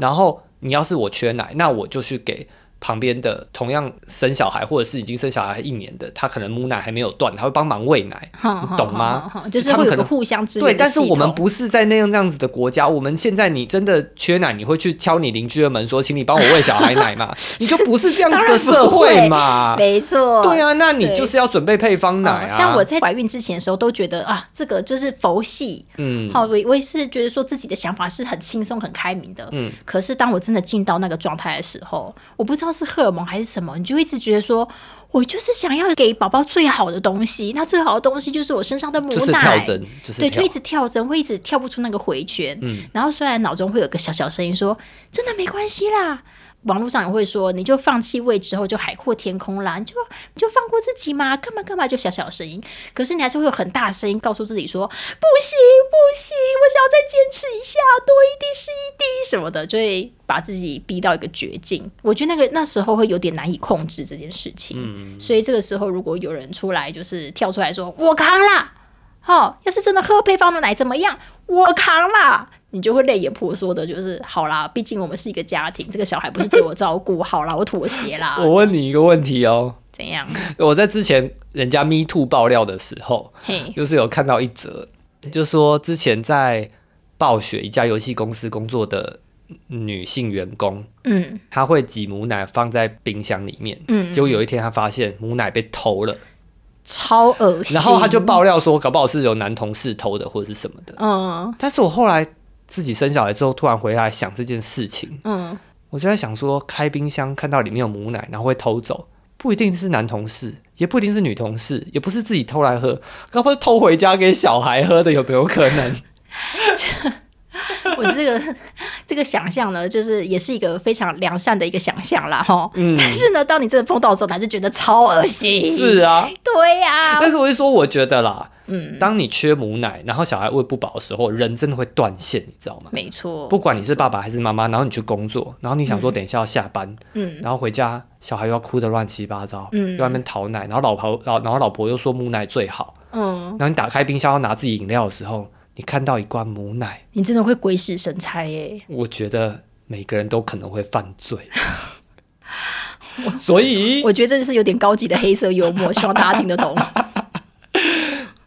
Speaker 2: 然后你要是我缺奶，那我就去给旁边的同样生小孩或者是已经生小孩一年的，他可能母奶还没有断，他会帮忙喂奶。
Speaker 1: 哼
Speaker 2: 你懂吗？
Speaker 1: 哼哼哼就是
Speaker 2: 他
Speaker 1: 会
Speaker 2: 们
Speaker 1: 有
Speaker 2: 可
Speaker 1: 个
Speaker 2: 能
Speaker 1: 互相支援的
Speaker 2: 对，但是
Speaker 1: 系
Speaker 2: 我们
Speaker 1: 统
Speaker 2: 不是在那样那样子的国家。我们现在你真的缺奶，你会去敲你邻居的门说，请你帮我喂小孩奶 嘛？你就不是这样子的社会嘛？
Speaker 1: 没错，
Speaker 2: 对啊，那你
Speaker 1: 对
Speaker 2: 就是要准备配方
Speaker 1: 嗯。
Speaker 2: 奶啊。
Speaker 1: 但我在怀孕之前的时候都觉得啊，这个就是佛系，
Speaker 2: 嗯，
Speaker 1: 好，我我也是觉得说自己的想法是很轻松、很开明的。
Speaker 2: 嗯，
Speaker 1: 可是当我真的进到那个状态的时候，我不知道是荷尔蒙还是什么，你就一直觉得说，我就是想要给宝宝最好的东西，那最好的东西就是我身上的母
Speaker 2: 就是跳
Speaker 1: 奶。
Speaker 2: 针，就是
Speaker 1: 对，就
Speaker 2: 跳
Speaker 1: 一直跳针，会一直跳不出那个回圈。嗯，然后虽然脑中会有个小小声音说：“真的没关系啦。”网络上也会说：“你就放弃喂之后就海阔天空啦，你就你就放过自己嘛，干嘛干嘛。”就小小声音，可是你还是会有很大的声音告诉自己说：“不行不行，我想要再坚持一下，多一滴是一滴什么的。”就会把自己逼到一个绝境。我觉得那个那时候会有点难以控制这件事情。嗯，所以这个时候如果有人出来就是跳出来说：“我扛啦！”哦，要是真的喝配方的奶怎么样？我扛啦！你就会泪眼婆娑的，就是好啦，毕竟我们是一个家庭，这个小孩不是只有我照顾，好啦，我妥协啦，
Speaker 2: 我问你一个问题哦，
Speaker 1: 怎样？
Speaker 2: 我在之前人家 Me Too 爆料的时候，
Speaker 1: 嘿，
Speaker 2: 就是有看到一则，就说之前在暴雪一家游戏公司工作的女性员工，
Speaker 1: 嗯
Speaker 2: 她会挤母奶放在冰箱里面。
Speaker 1: 嗯，
Speaker 2: 结果有一天，她发现母奶被偷了，
Speaker 1: 超恶心。
Speaker 2: 然后她就，爆料说，搞不好是有男同事偷的或者是什么的。
Speaker 1: 嗯
Speaker 2: 但是我后来自己生小孩之后，突然回来想这件事情，
Speaker 1: 嗯，
Speaker 2: 我就在想说，开冰箱看到里面有母奶，然后会偷走，不一定是男同事，也不一定是女同事，也不是自己偷来喝，搞不好是偷回家给小孩喝的，有没有可 能？
Speaker 1: 我这个 这个想象呢，就是也是一个非常良善的一个想象啦，哈。嗯，但是呢，当你真的碰到的时候，还是觉得超恶心。
Speaker 2: 是，啊，
Speaker 1: 对呀、
Speaker 2: 但是我就说，我觉得啦，嗯，当你缺母奶，然后小孩喂不饱的时候，人真的会断线，你知道吗？
Speaker 1: 没错。
Speaker 2: 不管你是爸爸还是妈妈，然后你去工作，然后你想说等一下要下班，
Speaker 1: 嗯
Speaker 2: 然后回家小孩又要哭得乱七八糟，
Speaker 1: 嗯
Speaker 2: 又在那边讨奶，然后老婆老然后老婆又说母奶最好，
Speaker 1: 嗯，
Speaker 2: 然后你打开冰箱要拿自己饮料的时候，你看到一罐母奶，
Speaker 1: 你真的会鬼使神差耶、
Speaker 2: 我觉得每个人都可能会犯罪， 所以 啊
Speaker 1: 我觉得这就是有点高级的黑色幽默，希望大家听得懂。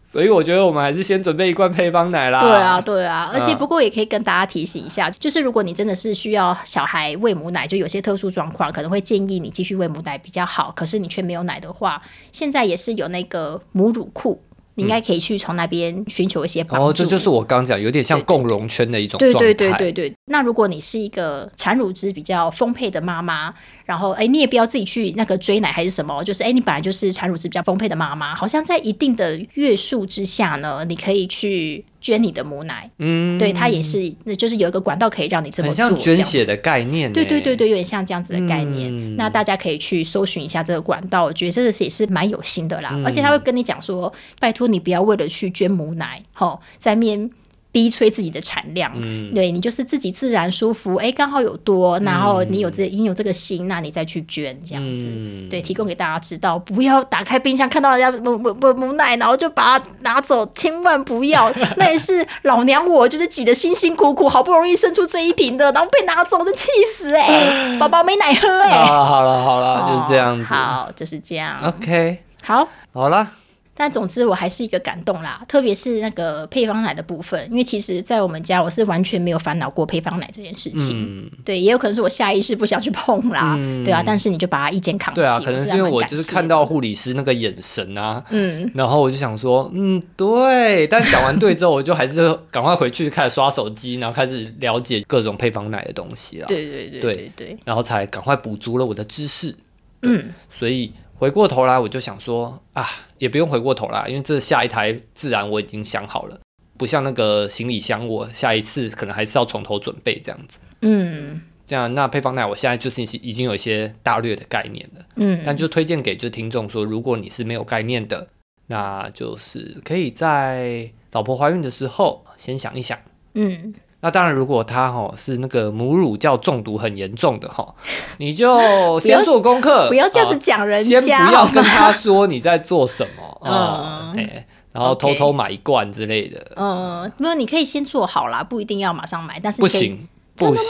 Speaker 2: 所以我觉得我们还是先准备一罐配方奶啦。
Speaker 1: 对啊，，对啊，而且
Speaker 2: 嗯
Speaker 1: 不过也可以跟大家提醒一下，就是如果你真的是需要小孩喂母奶，就有些特殊状况，可能会建议你继续喂母奶比较好。可是你却没有奶的话，现在也是有那个母乳库，你应该可以去从那边寻求一些帮助。
Speaker 2: 嗯哦，这就是我刚讲，有点像共融圈的一种状
Speaker 1: 对
Speaker 2: 态。
Speaker 1: 对对对对。那如果你是一个产乳汁比较丰沛的妈妈，然后哎，你也不要自己去那个追奶还是什么，就是哎，你本来就是产乳汁比较丰沛的妈妈，好像在一定的月数之下呢，你可以去捐你的母奶。
Speaker 2: 嗯，
Speaker 1: 对，它也是，那就是有一个管道可以让你这么
Speaker 2: 很
Speaker 1: 做，
Speaker 2: 像捐
Speaker 1: 这样
Speaker 2: 血
Speaker 1: 子。
Speaker 2: 的概念欸。
Speaker 1: 对对对对，有点像这样子的概念。
Speaker 2: 嗯
Speaker 1: 那大家可以去搜寻一下这个管道，我觉得这个是也是蛮有心的啦。而且他会
Speaker 2: 嗯
Speaker 1: 跟你讲说，拜托你不要为了去捐母奶，吼，在面逼催自己的产量。
Speaker 2: 嗯
Speaker 1: 对你就是自己自然舒服，哎，刚好有多，然后你有这你有这个心，那你再去捐这样子。
Speaker 2: 嗯
Speaker 1: 对，提供给大家知道，不要打开冰箱看到人家 母母母母奶，然后就把它拿走，千万不 要。那也是老娘我就是挤得辛辛苦苦，好不容易生出这一瓶的，然后被拿走，真气死 哎、宝宝没奶喝哎、
Speaker 2: 啊， 好了好了，就是这样
Speaker 1: 哦
Speaker 2: 子。啊
Speaker 1: 好，就是这样。
Speaker 2: OK，
Speaker 1: 好，
Speaker 2: 好啦，
Speaker 1: 但总之我还是一个感动啦，特别是那个配方奶的部分，因为其实在我们家我是完全没有烦恼过配方奶这件事情。
Speaker 2: 嗯，
Speaker 1: 对，也有可能是我下意识不想去碰啦，
Speaker 2: 嗯
Speaker 1: 对啊。但是你就把它一肩扛起，
Speaker 2: 对啊，
Speaker 1: 我
Speaker 2: 可能是
Speaker 1: 还
Speaker 2: 因为
Speaker 1: 蛮
Speaker 2: 我
Speaker 1: 感
Speaker 2: 就是
Speaker 1: 谢
Speaker 2: 看
Speaker 1: 的
Speaker 2: 到护理师那个眼神啊，
Speaker 1: 嗯。
Speaker 2: 然后我就想说，嗯，对。但讲完对之后，我就还是赶快回去开始刷手机，然后开始了解各种配方奶的东西啦。，
Speaker 1: 对对对
Speaker 2: 对
Speaker 1: 对对，
Speaker 2: 然后才赶快补足了我的知识。
Speaker 1: 嗯，
Speaker 2: 所以回过头来，我就想说啊，也不用回过头啦，因为这下一台自然我已经想好了，不像那个行李箱，我下一次可能还是要从头准备这样子。
Speaker 1: 嗯
Speaker 2: 这样，那配方奶我现在就是已经有一些大略的概念了，
Speaker 1: 嗯，
Speaker 2: 但就推荐给就是听众说，如果你是没有概念的，那就是可以在老婆怀孕的时候先想一想。
Speaker 1: 嗯，
Speaker 2: 那当然，如果她哦是那个母乳叫中毒很严重的哈、 你就先做功课，
Speaker 1: 不要这样子
Speaker 2: 啊
Speaker 1: 讲人
Speaker 2: 先
Speaker 1: 家，
Speaker 2: 不要
Speaker 1: 好
Speaker 2: 跟
Speaker 1: 吗？
Speaker 2: 他说你在做什 么，嗯，哎，然后
Speaker 1: OK
Speaker 2: 偷偷买一罐之类的，
Speaker 1: 嗯，没有，你可以先做好啦，不一定要马上买，但是
Speaker 2: 不
Speaker 1: 你可以。
Speaker 2: 行不行。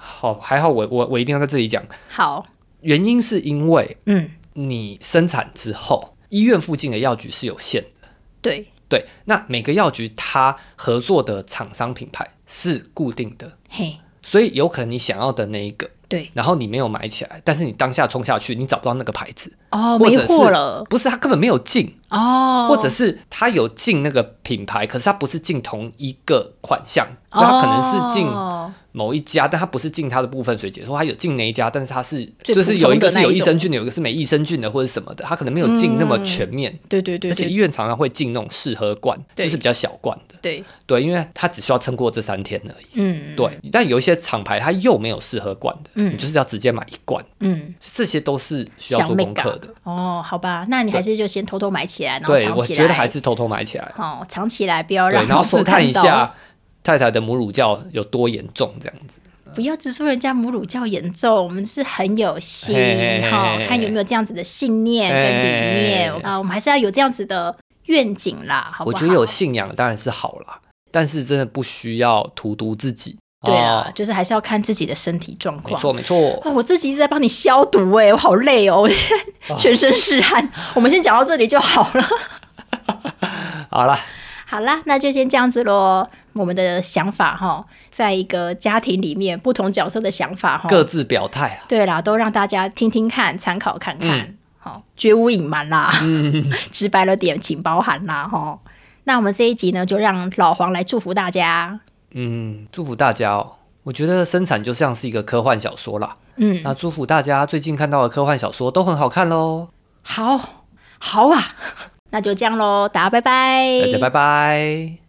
Speaker 2: 好，还好我我我一定要在这里讲，
Speaker 1: 好，
Speaker 2: 原因是因为
Speaker 1: 嗯，
Speaker 2: 你生产之后，医院附近的药局是有限的，
Speaker 1: 对，
Speaker 2: 对，那每个药局它合作的厂商品牌是固定的，
Speaker 1: 嘿，
Speaker 2: 所以有可能你想要的那一个。
Speaker 1: 对，
Speaker 2: 然后你没有买起来，但是你当下冲下去，你找不到那个牌子，
Speaker 1: 哦，
Speaker 2: 或
Speaker 1: 没
Speaker 2: 者是
Speaker 1: 货了，
Speaker 2: 不是它根本没有进，
Speaker 1: 哦，
Speaker 2: 或者是它有进那个品牌，可是它不是进同一个款项，就它可能是进
Speaker 1: 哦
Speaker 2: 某一家，但它不是进它的部分水解说它有进那一家，但是它是
Speaker 1: 最
Speaker 2: 就
Speaker 1: 普
Speaker 2: 是
Speaker 1: 通
Speaker 2: 有一个
Speaker 1: 的那
Speaker 2: 是有
Speaker 1: 一
Speaker 2: 益
Speaker 1: 种
Speaker 2: 生菌的，有一个是没益生菌的或者什么的，它可能没有进那么全面。
Speaker 1: 对嗯对对
Speaker 2: 而且医
Speaker 1: 对
Speaker 2: 院常常会进那种试喝罐，就
Speaker 1: 对
Speaker 2: 是比较小罐的，
Speaker 1: 对，
Speaker 2: 对，因为它只需要撑过这三天而已。
Speaker 1: 嗯
Speaker 2: 对，但有一些厂牌它又没有试喝罐的，
Speaker 1: 嗯
Speaker 2: 你就是要直接买一罐，
Speaker 1: 嗯，
Speaker 2: 这些都是需要
Speaker 1: 小
Speaker 2: 做
Speaker 1: 妹
Speaker 2: 功课的。
Speaker 1: 哦，好吧，那你还是就先偷偷买起啊来，然后
Speaker 2: 对，
Speaker 1: 藏
Speaker 2: 我
Speaker 1: 起来，
Speaker 2: 觉得还是偷偷买起来。
Speaker 1: 哦，藏起来，不要
Speaker 2: 对，
Speaker 1: 让
Speaker 2: 然
Speaker 1: 老
Speaker 2: 后
Speaker 1: 婆
Speaker 2: 试探
Speaker 1: 看
Speaker 2: 一
Speaker 1: 到，
Speaker 2: 下太太的母乳教有多严重，这样子。
Speaker 1: 不要只说人家母乳较严重，我们是很有心
Speaker 2: 嘿嘿嘿
Speaker 1: 哈
Speaker 2: 嘿，
Speaker 1: 看有没有这样子的信念跟理念
Speaker 2: 嘿嘿嘿
Speaker 1: 啊，我们还是要有这样子的愿景啦，好不
Speaker 2: 我
Speaker 1: 好？
Speaker 2: 觉得有信仰当然是好啦，但是真的不需要荼毒自己。
Speaker 1: 对
Speaker 2: 啊，
Speaker 1: 啦，就是还是要看自己的身体状
Speaker 2: 没
Speaker 1: 况。
Speaker 2: 错 没错。
Speaker 1: 啊，我自己一直在帮你消毒哎、我好累哦，我现在 全身是汗。我们先讲到这里就好了。
Speaker 2: 好啦，
Speaker 1: 好啦，那就先这样子喽。我们的想法哈，在一个家庭里面，不同角色的想法哈，
Speaker 2: 各自表态啊。
Speaker 1: 对啦，都让大家听听看，参考看看，好、绝无隐瞒啦， 直白了点，请包涵啦，哈。那我们这一集呢，就让老黄来祝福大家，
Speaker 2: 嗯，祝福大家哦。我觉得生产就像是一个科幻小说啦。
Speaker 1: 嗯，
Speaker 2: 那祝福大家最近看到的科幻小说都很好看喽。
Speaker 1: 好，好啊，那就这样喽，大家拜拜，
Speaker 2: 大家拜拜。